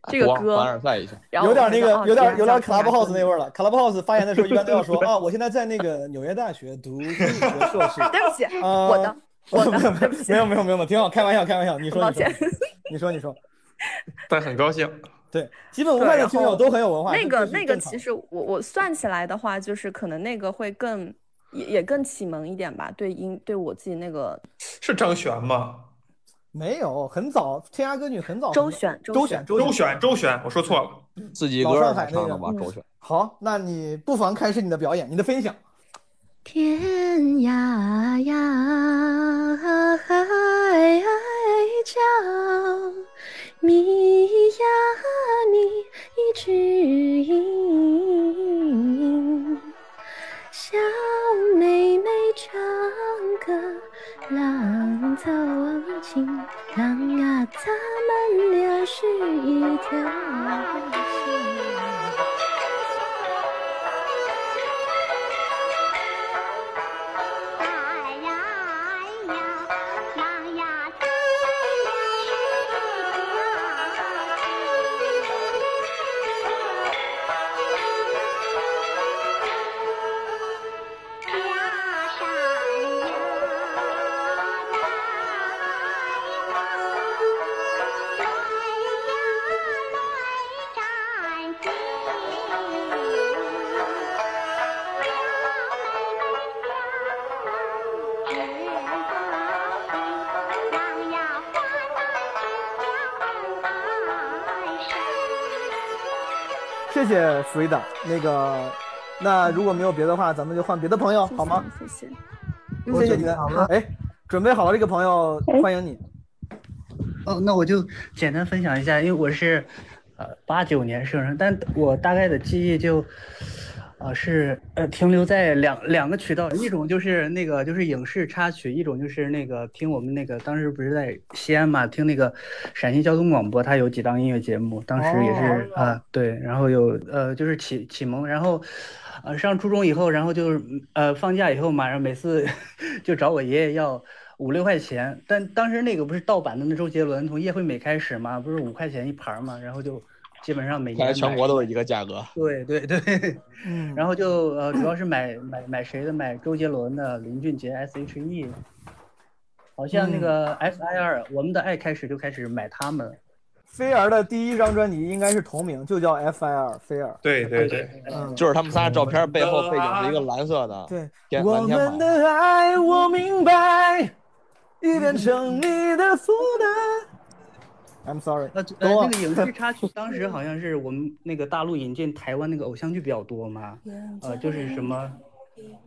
Speaker 9: 啊
Speaker 22: 这个歌，
Speaker 11: 凡尔赛一下，
Speaker 22: 然后
Speaker 9: 有点那个
Speaker 22: 我，就
Speaker 9: 有
Speaker 22: 知道
Speaker 9: 点有点
Speaker 22: 哦这
Speaker 9: clubhouse
Speaker 22: 样
Speaker 9: 那味儿了。clubhouse 发言的时候一般都要
Speaker 22: (laughs)
Speaker 9: 说啊，我现在在那个纽约大学读经济学硕士。
Speaker 22: 对不起，
Speaker 9: 啊
Speaker 22: 我的，我的，对不
Speaker 9: (laughs)
Speaker 22: 起，
Speaker 9: 没有没有没有没有，挺好，开玩笑开玩笑。你说
Speaker 22: 抱
Speaker 9: 你说
Speaker 22: 歉。
Speaker 9: 你说你说，
Speaker 10: (laughs) 但很高兴。
Speaker 9: 对，基本无害的
Speaker 22: (laughs)
Speaker 9: 听友都很有文化。
Speaker 22: 那
Speaker 9: 这
Speaker 22: 个
Speaker 9: 这是
Speaker 22: 那个，
Speaker 9: 正常
Speaker 22: 其实我我算起来的话，就是可能那个会更也也更启蒙一点吧，对音对我自己那个
Speaker 10: 是张悬吗？
Speaker 9: 没有很早，天涯歌女很早。
Speaker 22: 周璇周
Speaker 9: 周
Speaker 22: 璇
Speaker 9: 周
Speaker 10: 周璇，周璇，我说错了。
Speaker 11: 自己
Speaker 9: 老
Speaker 11: 歌
Speaker 9: 上
Speaker 11: 儿
Speaker 9: 海那
Speaker 11: 唱
Speaker 9: 个
Speaker 11: 的
Speaker 9: 嗯
Speaker 11: 吧，周璇。
Speaker 9: 好，那你不妨开始你的表演，你的分享。
Speaker 1: 天涯呀，海角，你呀你一指引，小妹妹唱歌，浪走我情，浪啊，咱们俩是一条线。
Speaker 9: 谢谢 Frida。那个，那如果没有别的话，咱们就换别的朋友好吗？
Speaker 22: 谢谢。
Speaker 9: 谢
Speaker 23: 嗯
Speaker 9: 谢你的。哎，准备好了，这个朋友欢迎你。
Speaker 23: 哎哦，那我就简单分享一下，因为我是呃八九年生人，但我大概的记忆就呃是呃停留在两两个渠道，一种就是那个就是影视插曲，一种就是那个听我们那个当时不是在西安嘛，听那个陕西交通广播，它有几档音乐节目，当时也是
Speaker 9: 哦
Speaker 23: 啊、呃对，然后有呃就是启启蒙，然后。呃，上初中以后，然后就是呃，放假以后嘛，然后每次就找我爷爷要五六块钱，但当时那个不是盗版的那周杰伦从叶惠美开始嘛，不是五块钱一盘儿嘛，然后就基本上每
Speaker 11: 看
Speaker 23: 年
Speaker 11: 来全
Speaker 23: 买
Speaker 11: 国都是一个价格。
Speaker 23: 对对对，然后就呃，主要是买买买谁的？买周杰伦的、林俊杰、S.H.E，好像那个 F.I.R，、我们的爱开始就开始买他们了。
Speaker 9: 菲儿的第一张专辑应该是同名，就叫 FIR 菲儿。
Speaker 10: 对对对，
Speaker 9: 嗯
Speaker 11: 就是他们仨照片背后背景是一个蓝色的，
Speaker 9: 对
Speaker 11: 天
Speaker 9: 我
Speaker 11: 蓝天
Speaker 9: 们
Speaker 11: 白。
Speaker 9: 的爱，我明白，已变成你的负担。I'm sorry，
Speaker 23: 呃，呃那个影
Speaker 11: (laughs)
Speaker 23: 视插曲当时好像是我们那个大陆引进台湾那个偶像剧比较多嘛，呃，就是什么，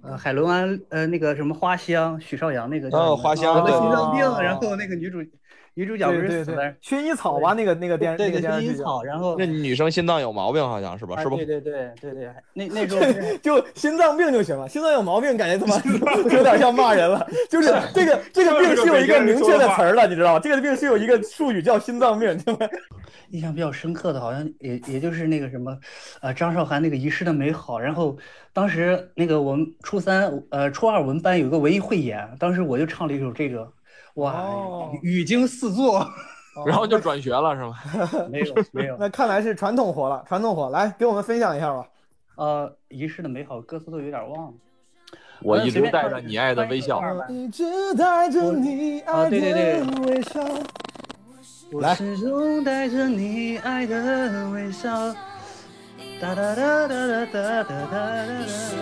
Speaker 23: 呃，海伦安，呃，那个什么花香，许绍洋那个叫什
Speaker 11: 哦
Speaker 23: 么，
Speaker 11: 花香
Speaker 23: 得
Speaker 11: 对
Speaker 23: 心脏病，
Speaker 11: 哦
Speaker 23: 然后那个女主女主角不
Speaker 11: 对
Speaker 23: 是
Speaker 11: 对
Speaker 23: 死
Speaker 11: 对，
Speaker 23: 了，
Speaker 9: 薰衣草吧，那个那个电
Speaker 23: 对
Speaker 9: 那个
Speaker 23: 对
Speaker 9: 电视
Speaker 23: 薰衣
Speaker 9: 剧叫
Speaker 23: 草然后
Speaker 11: 那女生心脏有毛病，好像是吧？
Speaker 23: 啊
Speaker 11: 是不？
Speaker 23: 对对对对对，那那时候是
Speaker 9: (laughs) 就心脏病就行了，心脏有毛病，感觉他妈 (laughs) 有点像骂人了。 (laughs) 就是这个这个病是有一个明确的词儿了，你知道吗？这个病是有一个术语叫心脏病，对吧？
Speaker 23: 印象比较深刻的，好像也也就是那个什么，呃，张韶涵那个《遗失的美好》。然后当时那个我们初三，呃，初二我们班有个文艺汇演，当时我就唱了一首这个，哇，
Speaker 9: 哦
Speaker 23: 语惊四座。
Speaker 11: 然后就转学了是吗？
Speaker 23: 没有没有。
Speaker 9: 那看来是传统活了，传统活，来给我们分享一下吧。
Speaker 23: 呃，《遗失的美好》歌词都有点忘了。
Speaker 11: 我
Speaker 23: 那
Speaker 11: 一直
Speaker 23: 随便
Speaker 11: 带
Speaker 23: 唱
Speaker 11: 着
Speaker 23: 一
Speaker 11: 你爱的
Speaker 23: 唱一
Speaker 11: 微
Speaker 23: 首
Speaker 11: 笑。
Speaker 23: 二吧
Speaker 9: 一直带着你爱
Speaker 23: 啊对对对
Speaker 9: 的微笑。
Speaker 23: 我始终带着你爱的微笑。哒哒哒哒哒哒哒哒哒。
Speaker 1: 时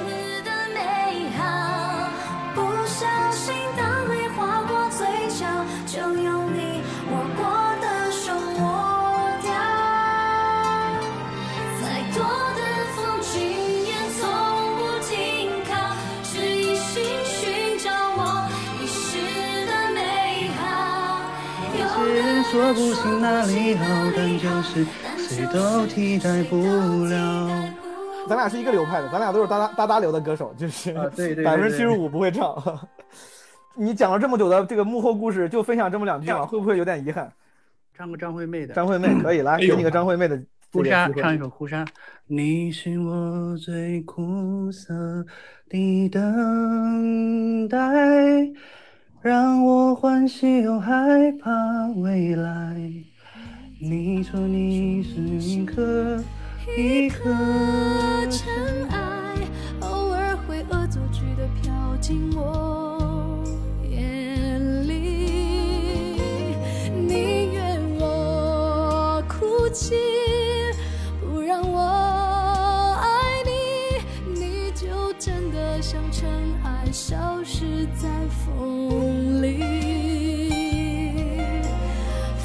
Speaker 1: 的美好，不小心当泪划过嘴角，就用你握过的手抹掉。再多的风景也从不停靠，只一心寻找我遗失的美好。
Speaker 23: 虽然说不清哪里好，但就是谁都替代不了。
Speaker 9: 咱俩是一个流派的，咱俩都是哒哒哒哒流的歌手，就是
Speaker 23: 啊对对对
Speaker 9: 百分之七十五不会唱。 (laughs) 你讲了这么久的这个幕后故事，就分享这么两句啊，会不会有点遗憾？
Speaker 23: 唱个张惠妹的，
Speaker 9: 张惠妹可以
Speaker 11: 哎
Speaker 9: 来，给你个张惠妹的
Speaker 23: (clears throat) 胡
Speaker 9: 这个
Speaker 23: 莎
Speaker 9: 机会
Speaker 23: 唱一首胡莎。你是我最苦涩的等待，让我欢喜又害怕未来。
Speaker 24: 你说你是一颗
Speaker 1: 一颗尘埃，偶尔会恶作剧的飘进我眼里。宁愿我哭泣，不让我爱你，你就真的像尘埃，消失在风里。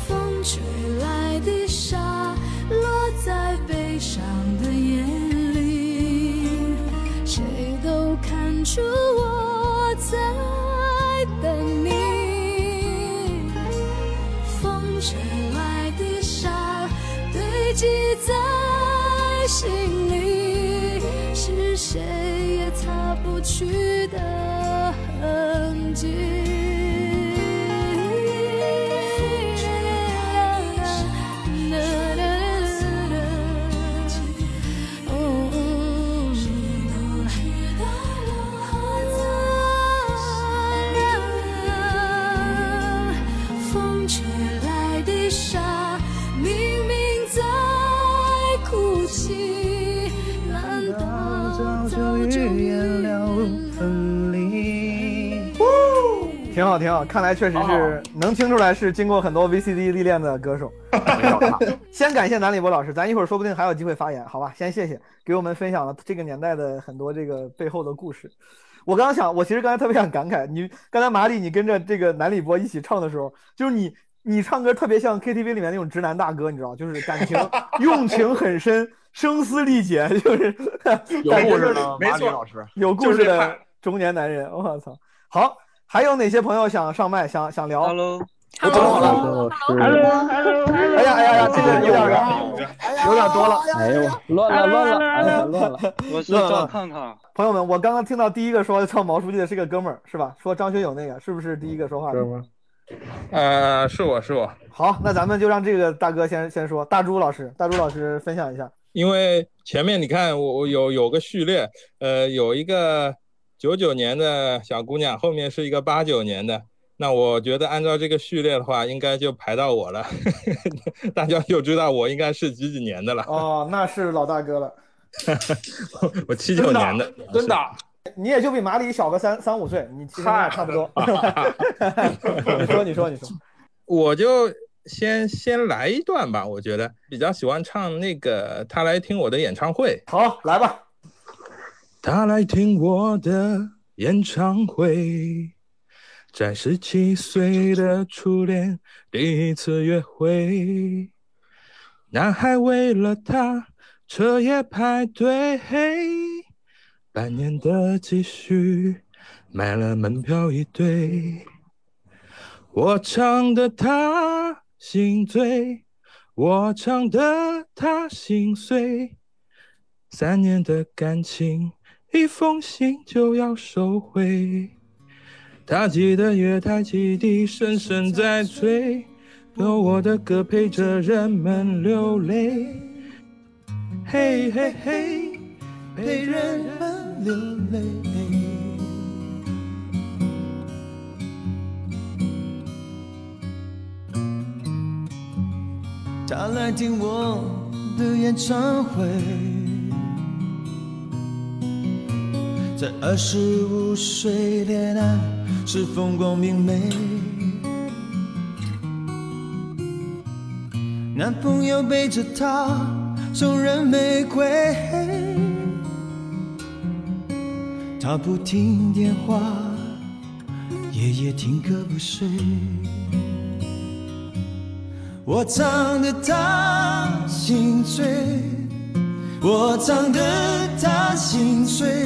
Speaker 1: 风吹来的沙落在悲伤的眼里，谁都看出我在等你。风吹来的沙堆积在心里，是谁也擦不去的痕迹。风吹来的沙，明明在哭泣，难道早就
Speaker 24: 原谅分离。
Speaker 9: 挺好，挺好，看来确实是能听出来是经过很多 VCD 历练的歌手。 (laughs) 先感谢南礼博老师，咱一会儿说不定还有机会发言，好吧？先谢谢，给我们分享了这个年代的很多这个背后的故事。我刚刚想，我其实刚才特别想感慨，你刚才马里你跟着这个南礼博一起唱的时候，就是你你唱歌特别像 KTV 里面那种直男大哥，你知道，就是感情用情很深，声嘶力竭，就是 (laughs)
Speaker 25: 有
Speaker 9: 感觉
Speaker 25: 故事
Speaker 9: 就是
Speaker 25: 的马里老师
Speaker 9: 有故
Speaker 25: 就
Speaker 9: 事
Speaker 25: 是这
Speaker 9: 的
Speaker 25: 派
Speaker 9: 中年男人，我操！好，还有哪些朋友想上麦想想聊？Hello，
Speaker 25: 我
Speaker 9: 准备好了。哎呀哎呀呀，这个有点有点多了，
Speaker 26: 哎呦，乱了乱了，哎呀乱 (laughs) 了，
Speaker 9: 我
Speaker 26: 是赵康康。
Speaker 9: (laughs) 朋友们，我刚刚听到第一个说唱毛书记的是个哥们儿，是吧？说张学友那个是不是第一个说话的？
Speaker 10: 呃，是我是我，
Speaker 9: 好，那咱们就让这个大哥先先说。大猪老师，大猪老师分享一下。
Speaker 26: 因为前面你看我我有有个序列，呃，有一个九九年的小姑娘，后面是一个八九年的。那我觉得按照这个序列的话，应该就排到我了， (laughs) 大家就知道我应该是几几年的了。
Speaker 9: 哦，那是老大
Speaker 26: (laughs)
Speaker 9: 哥了，
Speaker 26: 我七九年的，啊
Speaker 9: 真的。你也就比马里小个三三五岁，你其实差不多。 (laughs) 你说，你说，你说。
Speaker 26: (laughs) 我就先先来一段吧，我觉得比较喜欢唱那个他来听我的演唱会。
Speaker 9: 好，来吧。
Speaker 26: 他来听我的演唱会，在十七岁的初恋，第一次约会，男孩为了她彻夜排队，半年的积蓄买了门票一对。我唱的他心醉，我唱的他心碎。三年的感情，一封信就要收回。他记得月台汽笛声声在催，有我的歌陪着人们流泪。嘿嘿嘿，陪人们流泪。
Speaker 6: 他来听我的演唱会，在二十五岁恋爱是风光明媚，男朋友背着她送人玫瑰，她不听电话，夜夜听歌不睡。我唱得他心醉，我唱得他心碎。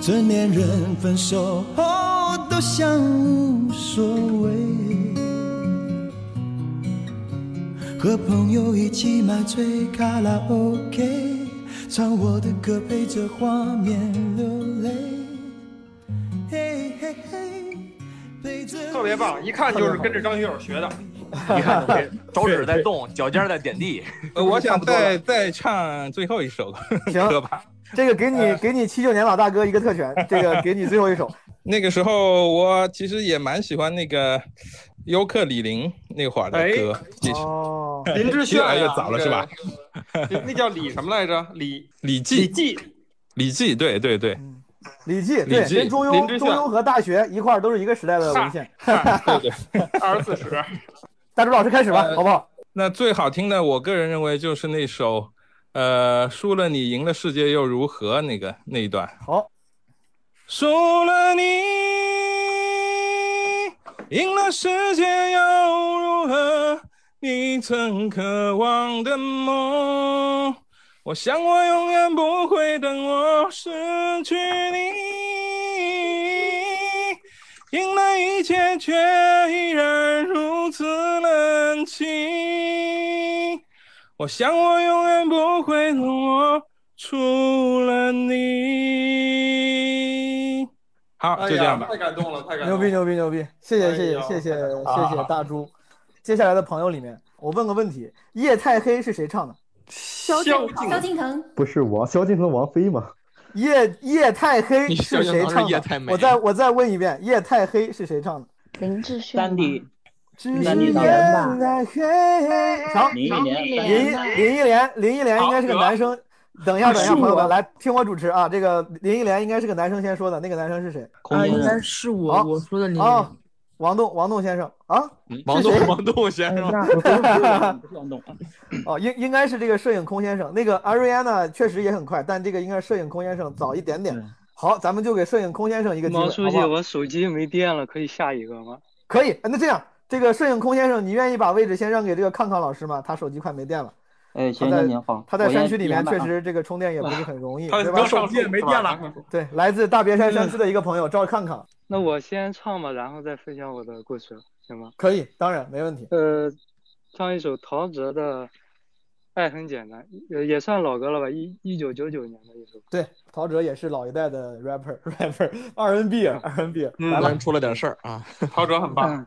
Speaker 6: 成年人分手后都像无所谓，和朋友一起买醉卡拉 OK，唱我的歌陪着画面流泪。嘿嘿嘿，陪着
Speaker 10: 特别棒，一看就是跟着张学友
Speaker 26: (laughs)
Speaker 10: 学的。
Speaker 25: 你看这手指在动，脚尖在点地。
Speaker 26: (laughs) 呃
Speaker 25: (laughs)
Speaker 26: 我想再再唱最后一首 (laughs) 歌吧。
Speaker 9: 这个给 (laughs) 你给你七九年老大哥一个特权，这个给你最后一首。
Speaker 26: 那个时候我其实也蛮喜欢那个尤克里林那会儿的
Speaker 10: 哎
Speaker 26: 歌，继续
Speaker 10: 哦林志炫
Speaker 26: 越来越
Speaker 10: 呀
Speaker 26: 早了
Speaker 10: 那
Speaker 26: 是吧？
Speaker 10: 那那叫李什么来着？李
Speaker 26: 李记，嗯李
Speaker 10: 记，
Speaker 26: 李记，对对对，
Speaker 9: 李济
Speaker 26: 李
Speaker 9: 对，
Speaker 26: 济
Speaker 9: 跟中
Speaker 26: 林
Speaker 9: 庸
Speaker 26: 志
Speaker 9: 中
Speaker 26: 炫
Speaker 9: 庸和大学一块儿都是一个时代的文献。
Speaker 10: 二十四史。
Speaker 9: 大朱老师开始吧，
Speaker 26: 呃
Speaker 9: 好不好？
Speaker 26: (laughs) 那最好听的，我个人认为就是那首，呃，输了你赢了世界又如何那个那一段。
Speaker 9: 好，
Speaker 26: 输了你，赢了世界又如何？你曾渴望的梦，我想我永远不会等我失去你。赢了一切，却依然如此冷清。我想我永远不会懂我除了你。好，就这样吧。
Speaker 10: 哎太感动了，太感动
Speaker 9: 牛
Speaker 10: 了。
Speaker 9: 逼牛逼牛逼！谢谢谢
Speaker 10: 哎
Speaker 9: 谢
Speaker 10: 呦
Speaker 9: 谢谢
Speaker 10: 啊
Speaker 9: 谢谢大猪。接下来的朋友里面，我问个问题：夜太黑是谁唱的？
Speaker 12: 萧
Speaker 9: 萧
Speaker 12: 敬萧敬腾，
Speaker 27: 不是王萧敬腾、王菲吗？
Speaker 9: 夜夜太黑
Speaker 27: 你
Speaker 9: 是
Speaker 27: 萧敬
Speaker 9: 谁
Speaker 27: 腾是
Speaker 9: 唱
Speaker 27: 夜太
Speaker 9: 的？
Speaker 27: 美
Speaker 9: 我再我再问一遍，夜太黑是谁唱的？
Speaker 12: 林志炫
Speaker 9: 丹
Speaker 6: 弟，
Speaker 9: 只
Speaker 6: 丹
Speaker 9: 是
Speaker 6: 妮
Speaker 9: 夜
Speaker 6: 导演吧
Speaker 9: 太黑。长
Speaker 6: 林忆莲
Speaker 9: 林忆林忆莲，林忆莲应该是个男生。等一下，等一下，
Speaker 6: 啊是我
Speaker 9: 朋友们，来听我主持啊！这个林忆莲应该是个男生先说的，那个男生是谁？
Speaker 6: 啊，应该是我我说的林忆莲
Speaker 9: 啊，王栋，王栋先生
Speaker 6: (clears throat)
Speaker 9: 啊，
Speaker 11: 嗯
Speaker 6: 王
Speaker 9: 是
Speaker 6: 栋
Speaker 9: 谁
Speaker 6: 王
Speaker 26: 栋先
Speaker 6: 生哎那不是不是王
Speaker 9: 王栋，
Speaker 11: (laughs)
Speaker 9: 哦，应应该是这个摄影空先生。那个 Ariana 确实也很快，但这个应该是摄影空先生早一点点。好，咱们就给摄影空先生一个机会，
Speaker 13: 毛
Speaker 9: 好
Speaker 13: 书
Speaker 9: 不
Speaker 13: 记，
Speaker 9: 好？
Speaker 13: 我手机没电了，可以下一个吗？
Speaker 9: 可以，哎那这样，这个摄影空先生，你愿意把位置先让给这个康康老师吗？他手机快没电了。
Speaker 13: 哎，
Speaker 9: 他
Speaker 13: 先
Speaker 9: 在
Speaker 13: 生您好，
Speaker 9: 他在
Speaker 13: 我
Speaker 9: 山
Speaker 13: 也
Speaker 9: 区里
Speaker 13: 连
Speaker 9: 面
Speaker 13: 麦
Speaker 9: 确
Speaker 13: 啊
Speaker 9: 实这个充电也不是很
Speaker 10: (laughs)
Speaker 9: 容易，
Speaker 13: 他
Speaker 9: 对吧？
Speaker 13: 刚上树没电了。
Speaker 9: (laughs) 对，来自大别山山
Speaker 13: 嗯
Speaker 9: 区的一个朋友赵康康，
Speaker 13: (laughs) 那我先唱吧，然后再分享我的故事，行吗？
Speaker 9: 可以，当然没问题。
Speaker 13: 呃，唱一首陶喆的《爱很简单》，也也算老歌了吧，一一九九九年的一首歌。
Speaker 9: 对，陶喆也是老一代的 (laughs) rapper，rapper R&B R&B，来啊
Speaker 10: 嗯
Speaker 9: 吧。
Speaker 26: 出了点事儿啊。
Speaker 10: (laughs) 陶喆很
Speaker 28: 嗯
Speaker 10: 棒。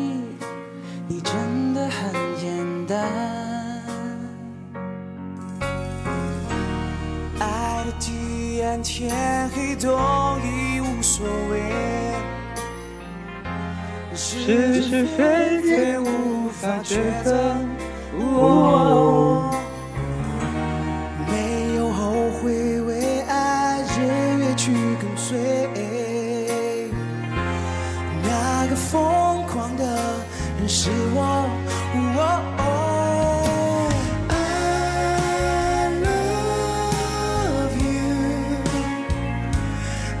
Speaker 6: 你真的很简单。爱的地暗天黑都已无所谓，
Speaker 13: 是是非非无法抉择。
Speaker 6: 哦
Speaker 13: 哦
Speaker 6: 没有后悔，为爱日夜去跟随。那个疯狂的人是我。哦 I love you，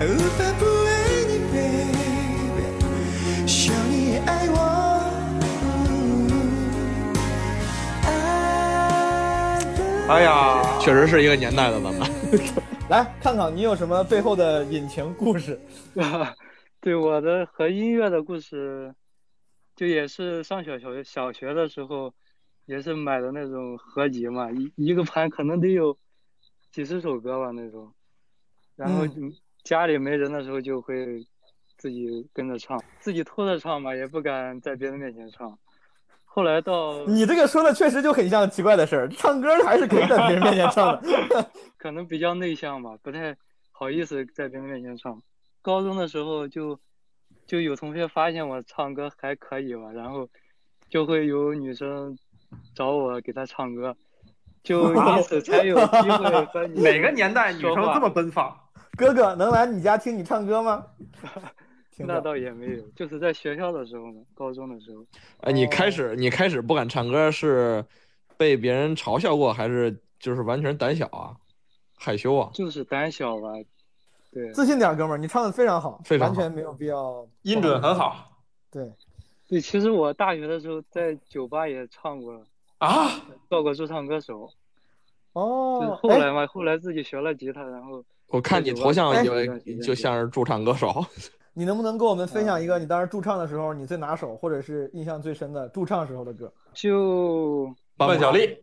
Speaker 6: 无法不爱你，baby，想你也爱我。
Speaker 10: 哎呀，
Speaker 11: 确实是一个年代的版本。
Speaker 9: 来看看你有什么背后的隐情故事。 (laughs)
Speaker 13: (laughs) 对我的和音乐的故事，就也是上小学小学的时候，也是买的那种合集嘛，一一个盘可能得有几十首歌吧那种，然
Speaker 9: 嗯
Speaker 13: 后就
Speaker 1: 哦
Speaker 13: 家里没人的时候就会自己跟着唱，自己偷着唱嘛，也不敢在别人面前唱。后来到
Speaker 9: 你这个说的确实就很像奇怪的事儿，唱歌还是 (laughs) 可以在别人面前唱的。 (laughs)
Speaker 13: 可能比较内向吧，不太好意思在别人面前唱。高中的时候就就有同学发现我唱歌还可以吧，然后就会有女生找我给她唱歌， (laughs) 就
Speaker 9: 哦
Speaker 13: 因此才有
Speaker 9: (laughs)
Speaker 13: 机会和
Speaker 10: (laughs)
Speaker 13: 你
Speaker 10: 哪个年代女生
Speaker 13: 说话
Speaker 10: 这么奔放？
Speaker 9: 哥哥能来你家听你唱歌吗？
Speaker 13: 那倒也没有，就是在学校的时候嘛，高中的时候。
Speaker 11: (laughs)
Speaker 13: 哦
Speaker 11: 哎，你开始你开始不敢唱歌是被别人嘲笑过，还是就是完全胆小啊，害羞啊？
Speaker 13: 就是胆小吧，对。
Speaker 9: 自信点儿，哥们儿，你唱的非常好，
Speaker 11: 非常
Speaker 9: 完
Speaker 11: 好
Speaker 9: 全没有必要。
Speaker 10: 音准很好。
Speaker 9: 对，
Speaker 13: 对，其实我大学的时候在酒吧也唱过
Speaker 10: 啊，
Speaker 13: 做过驻唱歌手。就是
Speaker 9: 哦，
Speaker 13: 后来嘛，后来自己学了吉他，然后
Speaker 11: 我看你头
Speaker 13: 哎
Speaker 11: 像以为就像是驻唱歌手。
Speaker 9: 你能不能跟我们分享一个你当时驻唱的时候你最拿手或者是印象最深的驻唱时候的歌？
Speaker 13: 就
Speaker 11: 万晓利，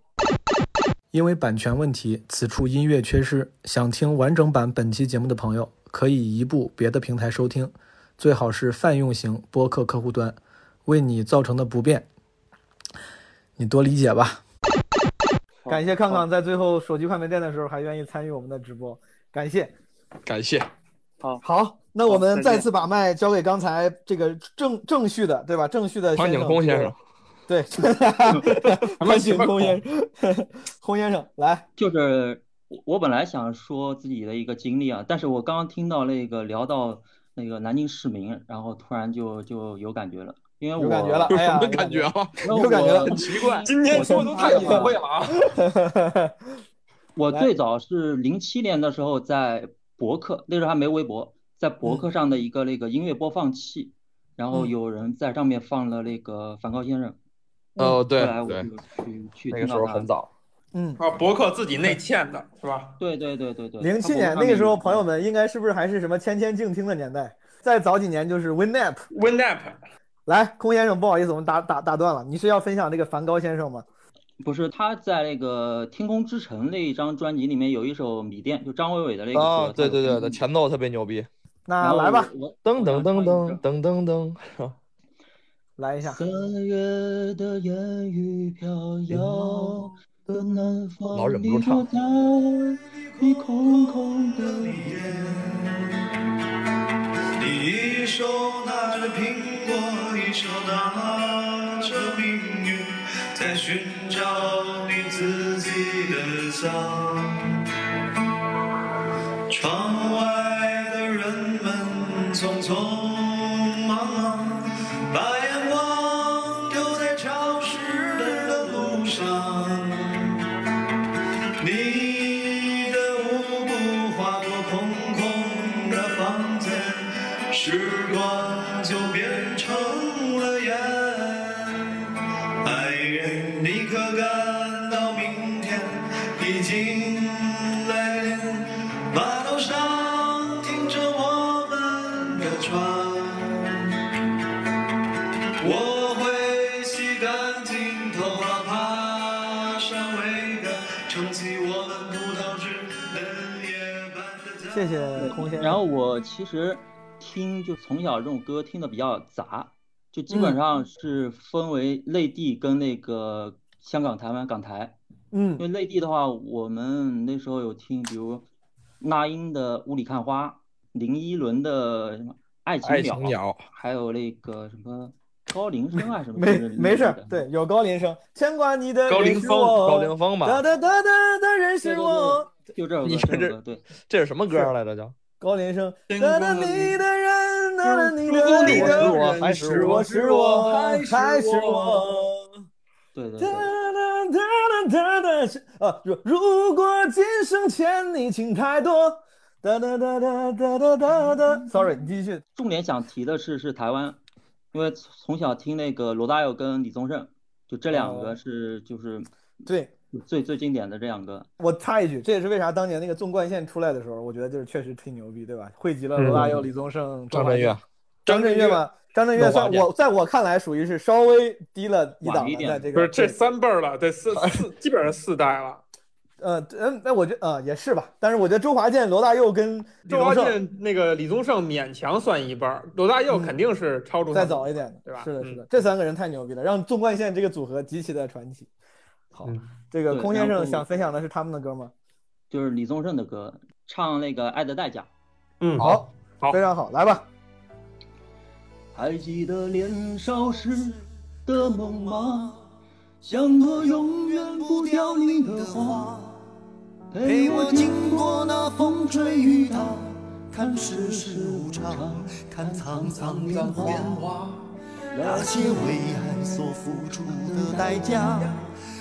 Speaker 7: 因为版权问题，此处音乐缺失。想听完整版本期节目的朋友，可以移步别的平台收听，最好是泛用型播客客户端。为你造成的不便，你多理解吧。
Speaker 9: 感谢康康在最后手机快没电的时候还愿意参与我们的直播，感谢，
Speaker 25: 感谢。
Speaker 29: 好，
Speaker 9: 好，那我们再次把麦交给刚才这个正正序的，对吧？正序的
Speaker 25: 潘景空先生，
Speaker 9: 对， (laughs) 潘景空先生，空先生来。
Speaker 28: 就是我本来想说自己的一个经历啊，但是我刚刚听到那个聊到那个南京市民，然后突然就就有感觉了。因为我
Speaker 9: 有感觉了，哎呀，
Speaker 25: 有感觉啊，
Speaker 9: 有感觉了，
Speaker 25: 很奇怪。
Speaker 28: 今天
Speaker 25: 说
Speaker 28: 的
Speaker 25: 太隐晦了
Speaker 28: 啊！我最早是零七年的时候在博客，那时候还没微博，在博
Speaker 9: 嗯
Speaker 28: 客上的一个那个音乐播放器，然后有人在上面放了那个梵高先生。
Speaker 25: 哦，对
Speaker 28: 后来我就去去
Speaker 11: 那个时候很早，
Speaker 9: 嗯，
Speaker 10: 啊，博客自己内嵌的是吧？
Speaker 28: 对对对对对。
Speaker 9: 零七年那个时候，朋友们应该是不是还是什么千千静听的年代？再早几年就是 WinApp，WinApp。来，空先生，不好意思，我们打打打断了。你是要分享这个梵高先生吗？
Speaker 28: 不是，他在那个《天空之城》那一张专辑里面有一首《米店》，就张伟伟的那个歌。
Speaker 11: 啊，对对对，前奏特别牛逼。
Speaker 9: 那来吧，
Speaker 11: 噔噔噔噔噔噔噔，
Speaker 9: 来一下。
Speaker 28: 三月的烟雨飘摇，的南方
Speaker 11: 老忍不住唱。
Speaker 28: 你空空的脸，
Speaker 6: 你一手拿着苹。一手拿着命运，在寻找你自己的家。窗外的人们匆匆忙忙，把眼光丢在潮湿的路上。你的舞步划过空空的房间，时光就变成。
Speaker 9: 谢谢空先生。
Speaker 28: 然后我其实听就从小这种歌听的比较杂，就基
Speaker 9: 嗯
Speaker 28: 本上是分为内地跟那个香港、台湾、港台。
Speaker 9: 嗯，
Speaker 28: 因为内地的话，我们那时候有听，比如那英的《雾里看花》，林依轮的《爱情
Speaker 25: 鸟》，
Speaker 28: 还有那个什么高林生啊什么。
Speaker 9: 没没事，对，有高林生。牵挂你的
Speaker 11: 高凌风，高凌风吧。
Speaker 9: 哒哒哒哒哒，人是我。
Speaker 28: 就这首
Speaker 11: (laughs)
Speaker 28: 歌，
Speaker 11: 你看这
Speaker 28: 对，
Speaker 11: 这是什么歌来着？叫
Speaker 9: 高林生。哒哒你的人，哒哒你的
Speaker 11: 人，还
Speaker 9: 是
Speaker 11: 我，
Speaker 9: 是我，还是我。
Speaker 28: 对对对。
Speaker 9: 哒哒哒哒啊！如如果今生欠你情太多，哒哒哒哒哒哒哒哒。Sorry，你继续。
Speaker 28: 重点想提的是是台湾，因为从小听那个罗大佑跟李宗盛，就这两个是就是
Speaker 9: 哦对。
Speaker 28: 最最经典的这两个，
Speaker 9: 我插一句，这也是为啥当年那个纵贯线出来的时候，我觉得就是确实挺牛逼，对吧？汇集了罗大佑、李宗盛、
Speaker 11: 张震岳，
Speaker 9: 嗯张震岳嘛，张震岳算我在我看来属于是稍微低了一档的，在这个
Speaker 10: 不是这三辈儿了，
Speaker 9: (laughs)
Speaker 10: 这四四基本上四代了。
Speaker 9: 呃，嗯，那我觉呃也是吧，但是我觉得周华健、罗大佑跟
Speaker 10: 周华健那个李宗盛勉强算一半，罗大佑肯定是超出
Speaker 9: 嗯再早一点的，
Speaker 10: 对吧？嗯
Speaker 9: 是嗯的，是的，这三个人太牛逼了，让纵贯线这个组合极其的传奇。好，这个空先生想分享的是他们的歌吗？
Speaker 28: 就是李宗盛的歌，唱那个《爱的代价》。
Speaker 9: 嗯，好，
Speaker 28: 好，
Speaker 9: 非常好，来吧。
Speaker 28: 还记得年少时的梦吗？像朵永远不凋零的花，
Speaker 6: 陪我经过那风吹雨打，看世事无常，看沧桑变化，那些为爱所付出的代价。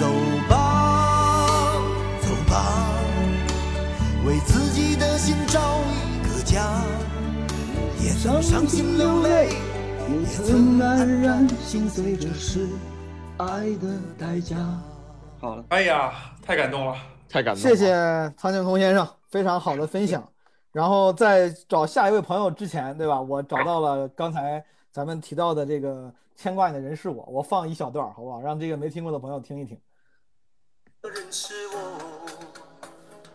Speaker 6: 走吧，吧，为自己的心找一个家，也曾伤心流泪，
Speaker 30: 也曾黯然心碎，这是爱的代价。
Speaker 11: 好了，
Speaker 10: 哎呀，太感动了，
Speaker 11: 太感动
Speaker 9: 谢谢苍井空先生非常好的分享。然后在找下一位朋友之前，对吧？我找到了刚才咱们提到的这个牵挂你的人是我，我放一小段儿，好不好？让这个没听过的朋友听一听。
Speaker 6: 人是我，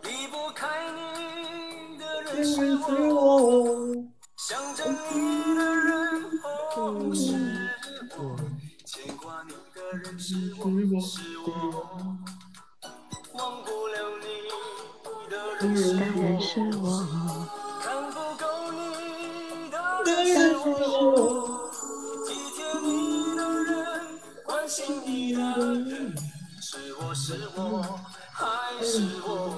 Speaker 6: 离不开你的人是
Speaker 31: 是
Speaker 6: 我，想着你的人哦是我，牵挂你的人是我，是我，忘不了你的人是我，看不够你的人是我，体贴你的人，关心你的人。是我是我还是我？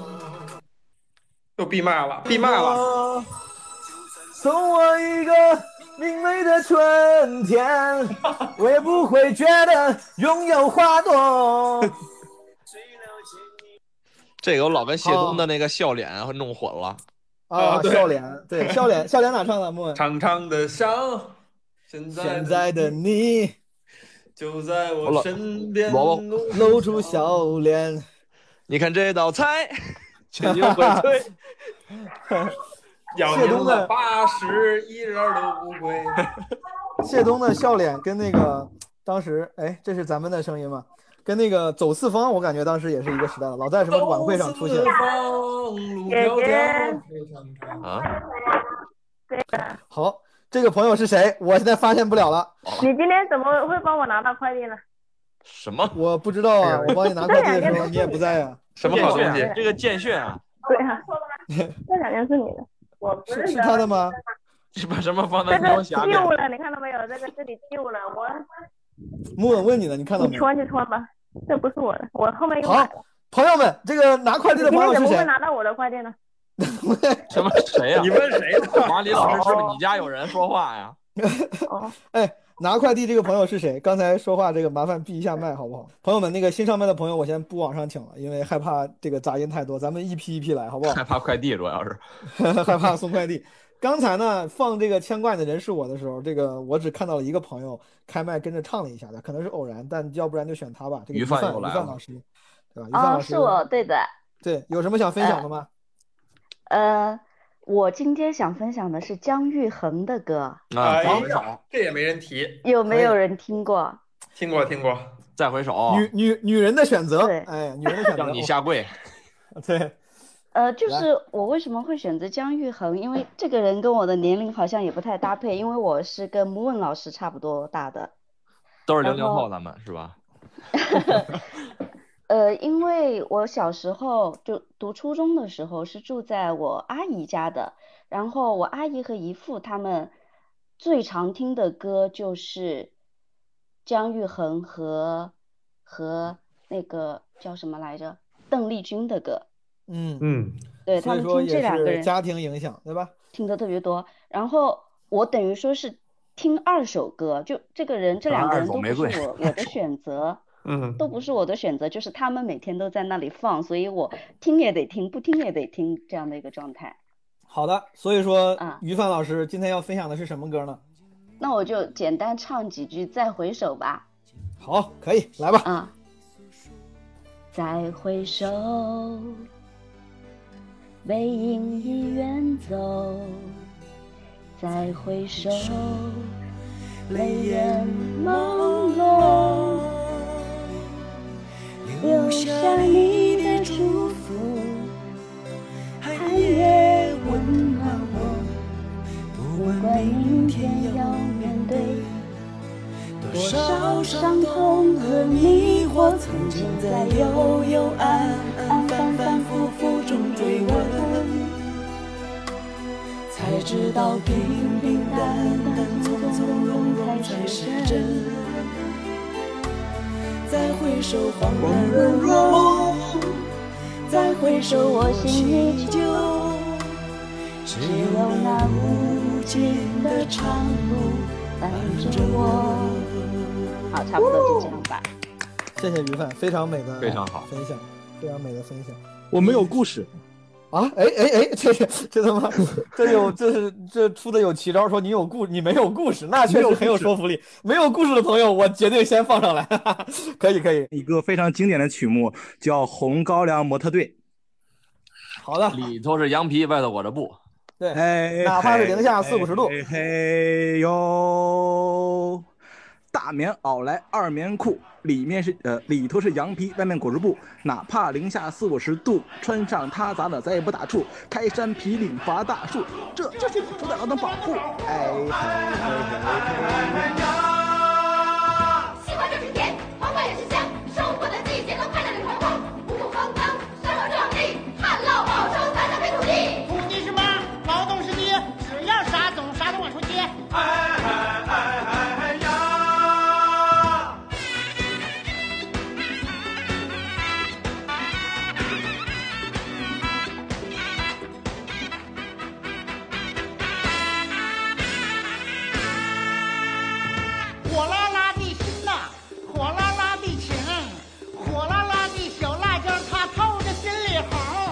Speaker 10: 又闭麦了，闭麦了。
Speaker 32: 送我一个明媚的春天，我也不会觉得拥有花朵。
Speaker 11: 这个我老跟谢东的那个笑脸弄混了
Speaker 9: 啊，笑脸， (laughs) 对，笑脸，笑脸哪唱的？莫文。
Speaker 10: 长长的伤，现在
Speaker 9: 现在的你
Speaker 10: 就在
Speaker 11: 我老
Speaker 10: 我身边。
Speaker 11: 萝
Speaker 9: 露出笑脸，
Speaker 11: 你看这道菜，全球荟
Speaker 9: (laughs)
Speaker 11: 萃。
Speaker 10: 咬
Speaker 9: 谢
Speaker 10: 赢
Speaker 9: 东
Speaker 10: 了
Speaker 9: 的
Speaker 10: 八十，一人儿都不亏。
Speaker 9: 谢东的笑脸跟那个当时，哎，这是咱们的声音吗？跟那个走四方，我感觉当时也是一个时代的，老 (laughs) 在什么晚会上出现。
Speaker 10: 东四方路
Speaker 9: 姐
Speaker 10: 迢迢
Speaker 9: 姐，
Speaker 11: 啊，
Speaker 9: 好，这个朋友是谁？我现在发现不了了。
Speaker 1: 你今天怎么会帮我拿到快递呢？
Speaker 11: 什么？
Speaker 9: 我不知
Speaker 1: 哎
Speaker 9: 道啊，我帮你拿快递的时候你
Speaker 1: (laughs)
Speaker 9: 也不在啊呀、
Speaker 11: 什么好东西
Speaker 1: 对？
Speaker 11: 这个建炫啊，
Speaker 1: 对啊，这两件是你的，我不
Speaker 9: 是他的吗？
Speaker 11: 你把什么放
Speaker 1: 这
Speaker 11: 在
Speaker 1: 个
Speaker 11: 猫
Speaker 1: 旧
Speaker 11: 匣里？
Speaker 1: 了，你看到没有？这个是你旧了，我 (laughs)
Speaker 9: 木稳问你呢，你看到没
Speaker 1: 你
Speaker 9: 有？
Speaker 1: 穿就穿吧，这不是我的，我后面又买
Speaker 9: 好
Speaker 1: 了。，
Speaker 9: 朋友们，这个拿快递的
Speaker 1: 你今天
Speaker 9: 朋友
Speaker 1: 怎
Speaker 9: 是
Speaker 1: 么会
Speaker 9: 谁？
Speaker 1: 拿到我的快递呢？
Speaker 11: 什么谁呀？
Speaker 9: 你问谁呢
Speaker 11: 马里老师是不是你家有人说话呀？
Speaker 9: 哎，拿快递这个朋友是谁？刚才说话这个麻烦闭一下麦好不好？朋友们，那个新上麦的朋友我先不往上请了，因为害怕这个杂音太多，咱们一批一批来好不好？
Speaker 11: 害怕快递主要是。
Speaker 9: 害怕送快递。刚才呢，放这个牵挂你的人是我的时候，这个我只看到了一个朋友开麦跟着唱了一下的，可能是偶然，但要不然就选他吧。这个
Speaker 11: 于
Speaker 9: 于
Speaker 11: 范
Speaker 9: 范
Speaker 11: 又来
Speaker 9: 于范
Speaker 11: 了
Speaker 9: 老师，对吧？于范
Speaker 33: 哦，
Speaker 9: 老师，
Speaker 33: 是我，对的。
Speaker 9: 对，有什么想分享的吗？
Speaker 33: 呃，我今天想分享的是姜育恒的歌，
Speaker 26: 啊
Speaker 10: 哎
Speaker 11: 再回
Speaker 10: 呀，这也没人提，
Speaker 33: 有
Speaker 9: 哎
Speaker 33: 没有人听过？
Speaker 10: 听过听过。
Speaker 11: 嗯再回
Speaker 10: 哦
Speaker 11: 首，
Speaker 9: 女女女人的选择，哎，女人的选择，
Speaker 11: 让你下跪。
Speaker 9: 对，
Speaker 33: 呃，就
Speaker 9: 来
Speaker 33: 是我为什么会选择姜育恒，因为这个人跟我的年龄好像也不太搭配，因为我是跟莫问老师差不多大的。
Speaker 11: 都是零
Speaker 33: 然
Speaker 11: 零
Speaker 33: 后
Speaker 11: 后，咱们是吧？
Speaker 33: 呃，因为我小时候就读初中的时候是住在我阿姨家的，然后我阿姨和姨父他们最常听的歌就是姜育恒和和那个叫什么来着，邓丽君的歌。
Speaker 9: 嗯
Speaker 11: 嗯，
Speaker 33: 对
Speaker 9: 所
Speaker 33: 他
Speaker 9: 以
Speaker 33: 们
Speaker 9: 说
Speaker 33: 听这
Speaker 9: 也
Speaker 33: 两个
Speaker 9: 是
Speaker 33: 人
Speaker 9: 家庭影响，对吧？
Speaker 33: 听的特别多。然后我等于说是听二手歌，就这个人这
Speaker 11: 啊
Speaker 33: 两个
Speaker 11: 二
Speaker 33: 人
Speaker 11: 手
Speaker 33: 都
Speaker 11: 玫
Speaker 33: 不
Speaker 11: 瑰
Speaker 33: 是我我的选择，
Speaker 11: 嗯
Speaker 33: 都不是我的选择，就是他们每天都在那里放，所以我听也得听，不听也得听这样的一个状态。
Speaker 9: 好的，所以说
Speaker 33: 嗯
Speaker 9: 于范老师今天要分享的是什么歌呢？
Speaker 33: 那我就简单唱几句《再回首》吧。
Speaker 9: 好，可以来吧。
Speaker 33: 啊，再回首，背影已远走。再回首，泪眼朦胧。
Speaker 1: 留下你的祝福，寒夜温暖我。不管明天要面对多少伤痛和迷惑，曾经在幽幽暗暗、反反复复中追问，才知道平平淡淡、从从容容才是真。再回 (laughs) 首，恍然如梦；再回首，我心依旧。只有那无尽的长路伴着我。
Speaker 33: 好，差不多就这样吧。
Speaker 9: 谢谢于范，非常美的
Speaker 11: 非常好
Speaker 9: 分享，非常美的分享。
Speaker 11: 我没有故事。
Speaker 9: 啊，哎哎哎，这这他妈，这有这是这出的有奇招，说你有故你没有故事，那确实很有说服力。没有故事的朋友，我决定先放上来，可以可以。
Speaker 11: 一个非常经典的曲目叫《红高粱模特队》。
Speaker 9: 好的，
Speaker 8: 里头是羊皮，外头裹着布。
Speaker 9: 对，
Speaker 11: 哎，
Speaker 9: 哪怕是零下四五十度，
Speaker 11: 嘿嘿哟，大棉袄来二棉裤，里面是呃里头是羊皮，外面裹着布，哪怕零下四五十度，穿上它咱俩再也不打怵。开山劈岭伐大树，这就是我的劳动保护。哎嘿嘿嘿。
Speaker 1: 喜欢就是甜，欢快也是香，生活的季节能快乐的传统，五谷丰登，生活壮丽，旱涝保收，咱咱为土地。
Speaker 6: 土地是妈，劳动是爹，只要啥种啥都往出接。火辣辣的心呐，火辣辣的情，火辣辣的小辣椒，它透着心里红。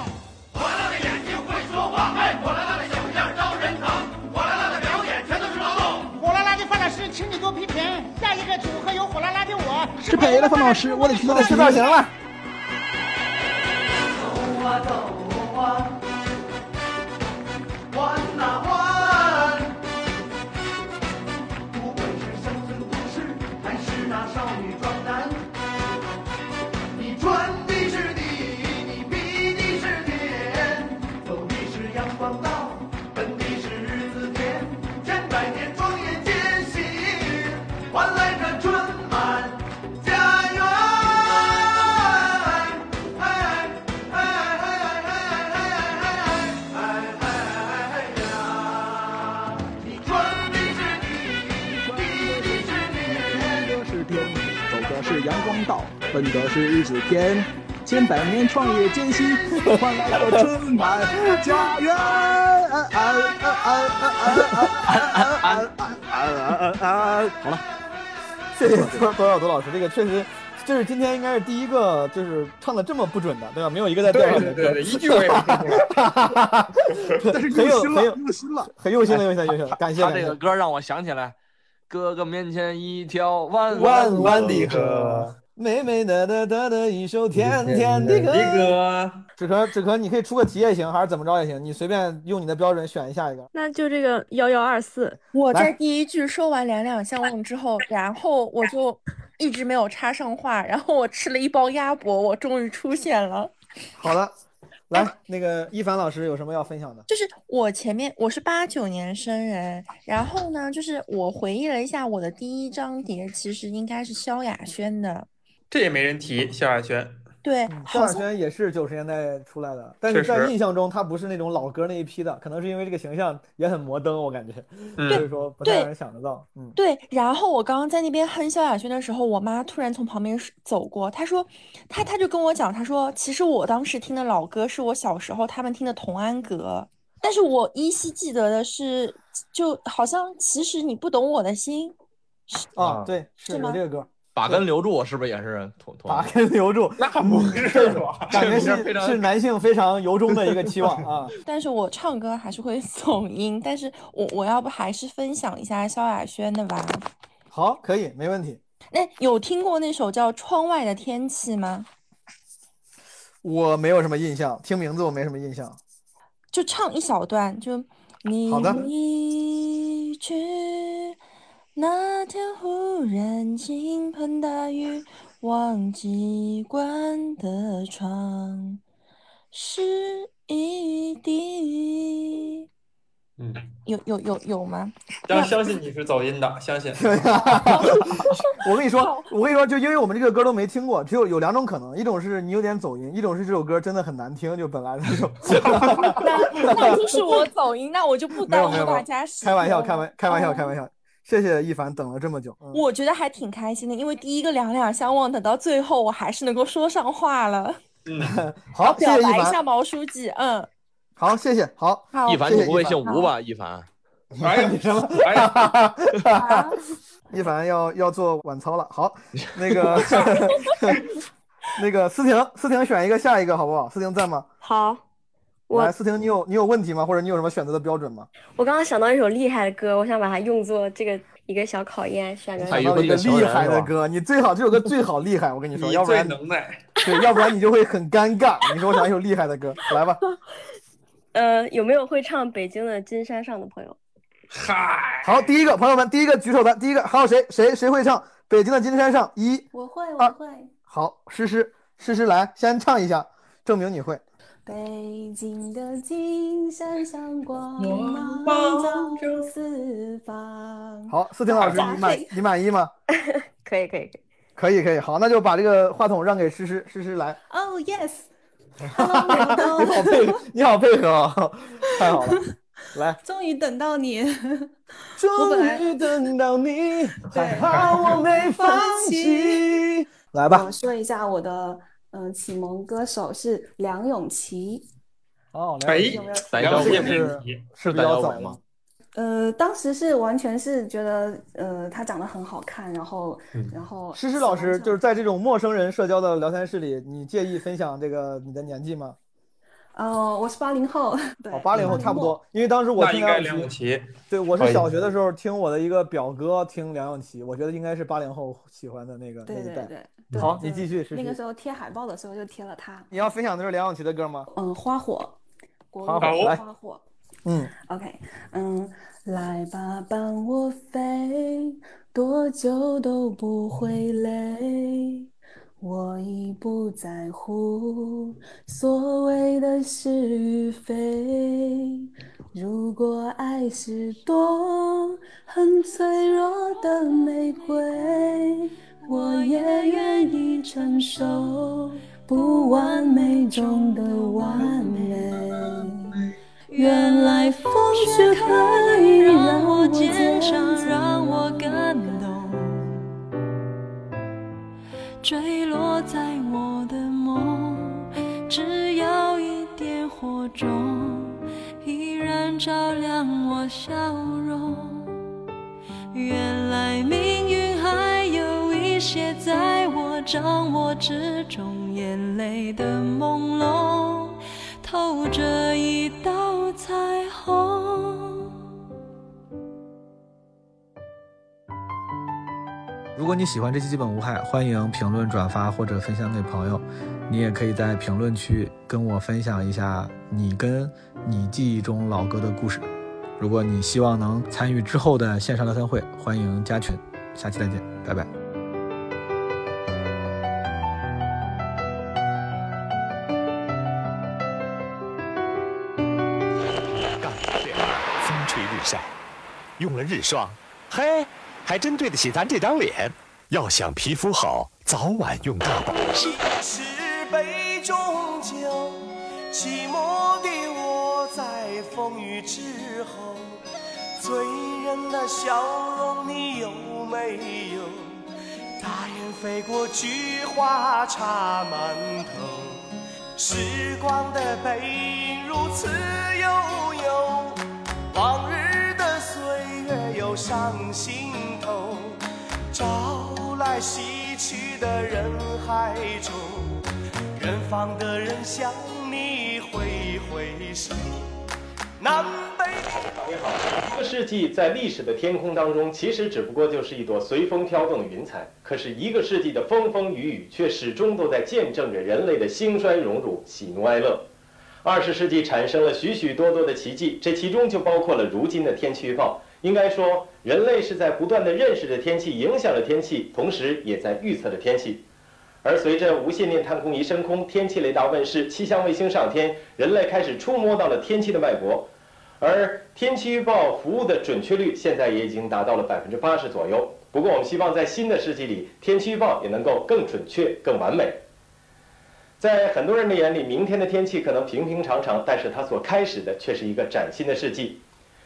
Speaker 6: 火辣的眼睛会说话，哎，火辣辣的形象招人疼，火辣辣的表演全都是劳动。火辣辣的范老师，请你多批评。下一个组合有火辣辣的我，
Speaker 11: 是赔了范老师，我得去
Speaker 9: 我得去造型了。
Speaker 6: 走啊走啊，弯呐弯，不愧是乡村都市，还是那少女装男。你穿的是地，你披的是天，走的是阳光道，奔的是日子田，千百年庄严艰辛，换来这春满家园。你穿的是地，披的是天，
Speaker 11: 的是天，走的是阳光道，奔的是日子天，千百年创业艰辛，换来了春满家园。安安安安
Speaker 9: 啊
Speaker 11: 安安安安安，好了，
Speaker 9: 谢谢多多小多老师，这个确实。这是今天应该是第一个，就是唱的这么不准的，对吧？没有一个在调上的歌， (laughs)
Speaker 11: (laughs) 但是
Speaker 9: 很有
Speaker 11: 用心
Speaker 9: 很
Speaker 11: 了
Speaker 9: 有，
Speaker 11: 用心了。
Speaker 9: 很用心了，用心了，用心了，感谢
Speaker 8: 他
Speaker 9: 感
Speaker 8: 这
Speaker 9: 谢
Speaker 8: 个。歌让我想起来，哥哥面前一条
Speaker 9: 弯
Speaker 8: 弯弯
Speaker 9: 弯的河，美美的的的的一首甜甜的歌。
Speaker 8: 的歌，
Speaker 9: 只可只可你可以出个题也行，还是怎么着也行，你随便用你的标准选一下一个。
Speaker 34: 那就这个幺幺二四，
Speaker 12: 我在
Speaker 9: 来
Speaker 12: 第一句说完两两相望之后，然后我就一直没有插上话，然后我吃了一包鸭脖，我终于出现了。
Speaker 9: 好的，来那个一凡老师有什么要分享的？
Speaker 12: 就是我前面我是八九年生人，然后呢，就是我回忆了一下我的第一张碟，其实应该是萧亚轩的，
Speaker 10: 这也没人提萧亚轩。
Speaker 12: 对，
Speaker 9: 嗯萧亚轩也是九十年代出来的，但是
Speaker 10: 确实
Speaker 9: 在印象中他不是那种老歌那一批的，可能是因为这个形象也很摩登，我感觉，
Speaker 10: 嗯
Speaker 9: 所以说不太让人想得到。嗯，
Speaker 12: 对，然后我刚刚在那边哼萧亚轩的时候，我妈突然从旁边是走过，她说，她她就跟我讲，她说，其实我当时听的老歌是我小时候他们听的童安格，但是我依稀记得的是，就好像其实你不懂我的心，
Speaker 9: 啊，对，是
Speaker 12: 是
Speaker 9: 有
Speaker 12: 吗
Speaker 9: 这个歌。
Speaker 8: 把根留住，我是不是也是同同？
Speaker 9: 把根留住，
Speaker 10: 那不是吧？
Speaker 9: 嗯感觉
Speaker 8: 这个非
Speaker 9: 是
Speaker 8: 常
Speaker 9: 是男性非常由衷的一个期望 (laughs) 啊。
Speaker 12: 但是我唱歌还是会 (laughs) 走音，但是我我要不还是分享一下萧亚轩的吧。
Speaker 9: 好，可以，没问题。
Speaker 12: 那有听过那首叫《窗外的天气》吗？
Speaker 9: 我没有什么印象，听名字我没什么印象。
Speaker 12: 就唱一小段，就你
Speaker 9: 好的
Speaker 12: 离去那天忽然倾盆大雨，忘记关的窗是一滴。
Speaker 10: 嗯，
Speaker 12: 有有有有吗？
Speaker 10: 相相信你是走音的，
Speaker 9: (laughs)
Speaker 10: 相信。
Speaker 9: 我跟你说，我跟你说，就因为我们这个歌都没听过，只有有两种可能，一种是你有点走音，一种是这首歌真的很难听，就本来那
Speaker 12: (laughs)
Speaker 9: 种。
Speaker 12: 那 (laughs) 那就是我走音，那我就不
Speaker 9: 没有
Speaker 12: 耽误
Speaker 9: 没有没
Speaker 12: 大
Speaker 9: 有
Speaker 12: 家，时
Speaker 9: 开玩笑，
Speaker 12: 间
Speaker 9: 开玩开玩笑，
Speaker 12: 哦
Speaker 9: 开玩笑。谢谢一凡等了这么久，嗯
Speaker 12: 我觉得还挺开心的，因为第一个两两相望，等到最后我还是能够说上话了。
Speaker 10: 嗯
Speaker 9: (laughs) 好，谢
Speaker 12: 表
Speaker 9: 谢一
Speaker 12: 白一下
Speaker 9: 凡，
Speaker 12: 毛书记，嗯，
Speaker 9: 好，谢谢，好，
Speaker 12: 好
Speaker 8: 一凡，
Speaker 9: 谢
Speaker 8: 你
Speaker 9: 谢
Speaker 8: 不会
Speaker 9: 一凡
Speaker 8: 姓吴吧？一凡，
Speaker 9: 哎 (laughs) 呀，你什么？
Speaker 10: 哎呀，
Speaker 9: (laughs)
Speaker 10: (laughs)
Speaker 9: 一凡要要做晚操了。好，那个 (laughs) 那个思婷，思婷选一个下一个好不好？思婷在吗？
Speaker 14: 好，我
Speaker 9: 来，思婷，你有你有问题吗？或者你有什么选择的标准吗？
Speaker 14: 我刚刚想到一首厉害的歌，我想把它用作这个一个小考验，选个
Speaker 9: 想到了一个厉害的歌，你最好这首歌最好厉害，我跟你说，要不然
Speaker 10: 最能耐，
Speaker 9: (laughs) 对，要不然你就会很尴尬。你说我想一首厉害的歌，来吧。
Speaker 14: 呃，有没有会唱《北京的金山上》的朋友？
Speaker 10: 嗨，
Speaker 9: 好，第一个朋友们，第一个举手的，第一个还有谁谁谁会唱《北京的金山上》？一，
Speaker 1: 我会，我会。
Speaker 9: 好，诗诗，诗诗来，先唱一下，证明你会。
Speaker 1: 北京的金山上，光芒照着四方。
Speaker 9: 好，思婷老师，你满你满意吗？
Speaker 14: 可以，可以，可以，
Speaker 9: 可以，可以。好，那就把这个话筒让给诗诗，诗诗来。
Speaker 1: Oh yes。
Speaker 9: 你好配合，你好配合、哦， (laughs) 太好了！来，
Speaker 1: 终于等到你， (laughs)
Speaker 9: 终于等到你，还好我没放弃。来吧，
Speaker 1: 我说一下我的嗯、呃、启蒙歌手是梁咏琪。
Speaker 9: 哦，
Speaker 10: 哎，
Speaker 9: 梁
Speaker 10: 咏琪
Speaker 9: 是是比较早吗？
Speaker 1: 呃，当时是完全是觉得呃他长得很好看，然后
Speaker 9: 嗯
Speaker 1: 然后
Speaker 9: 诗诗老师就是在这种陌生人社交的聊天室里，你介意分享这个你的年纪吗？哦
Speaker 1: 哦，我是八零后， (laughs) 对，
Speaker 9: 八零后差不多，因为当时我听梁咏
Speaker 10: 琪，
Speaker 9: 对我是小学的时候听我的一个表哥听梁咏琪，我觉得应该是八零后喜欢的那个
Speaker 1: 对对对
Speaker 9: 对。好，你继续。
Speaker 1: 那个时候贴海报的时候就贴了他。
Speaker 9: 你要分享的是梁咏琪的歌吗？
Speaker 1: 嗯，花火，国
Speaker 9: 花火，
Speaker 1: 花火。
Speaker 9: 嗯
Speaker 1: ，OK，嗯，来吧，伴我飞，多久都不会累。我已不在乎所谓的是与非。如果爱是朵很脆弱的玫瑰，我也愿意承受不完美中的完美。原来风雪可以让我
Speaker 15: 肩上，让我感动，坠落在我的梦。只要一点火种，依然照亮我笑容。原来命运还有一些在我掌握之中，眼泪的朦胧。透着一道彩虹。
Speaker 7: 如果你喜欢这期基本无害，欢迎评论、转发或者分享给朋友。你也可以在评论区跟我分享一下你跟你记忆中老歌的故事。如果你希望能参与之后的线上聊天会，欢迎加群。下期再见，拜拜。
Speaker 35: 晒，用了日霜，嘿，还真对得起咱这张脸。要想皮肤好，早晚用大宝。
Speaker 6: 是杯中酒，寂寞的我在风雨之后，醉人的笑容你有没有？大雁飞过，菊花插满头，时光的背影如此悠悠，往日。又上心头，朝来夕去的人海中，远方的人向你挥挥手。南北。
Speaker 5: 你好，一个世纪在历史的天空当中，其实只不过就是一朵随风飘动的云彩。可是，一个世纪的风风雨雨，却始终都在见证着人类的兴衰荣辱、喜怒哀乐。二十世纪产生了许许多多的奇迹，这其中就包括了如今的天气预报。应该说，人类是在不断的认识着天气，影响着天气，同时也在预测着天气。而随着无线电探空仪升空、天气雷达问世、气象卫星上天，人类开始触摸到了天气的脉搏。而天气预报服务的准确率现在也已经达到了百分之八十左右。不过，我们希望在新的世纪里，天气预报也能够更准确、更完美。在很多人的眼里，明天的天气可能平平常常，但是它所开始的却是一个崭新的世纪。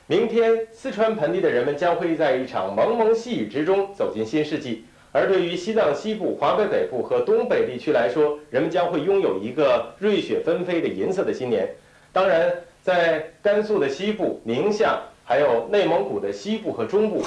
Speaker 5: 明天，四川盆地的人们将会在一场蒙蒙细雨之中走进新世纪；而对于西藏西部、华北北部和东北地区来说，人们将会拥有一个瑞雪纷飞的银色的新年。当然，在甘肃的西部、宁夏，还有内蒙古的西部和中部。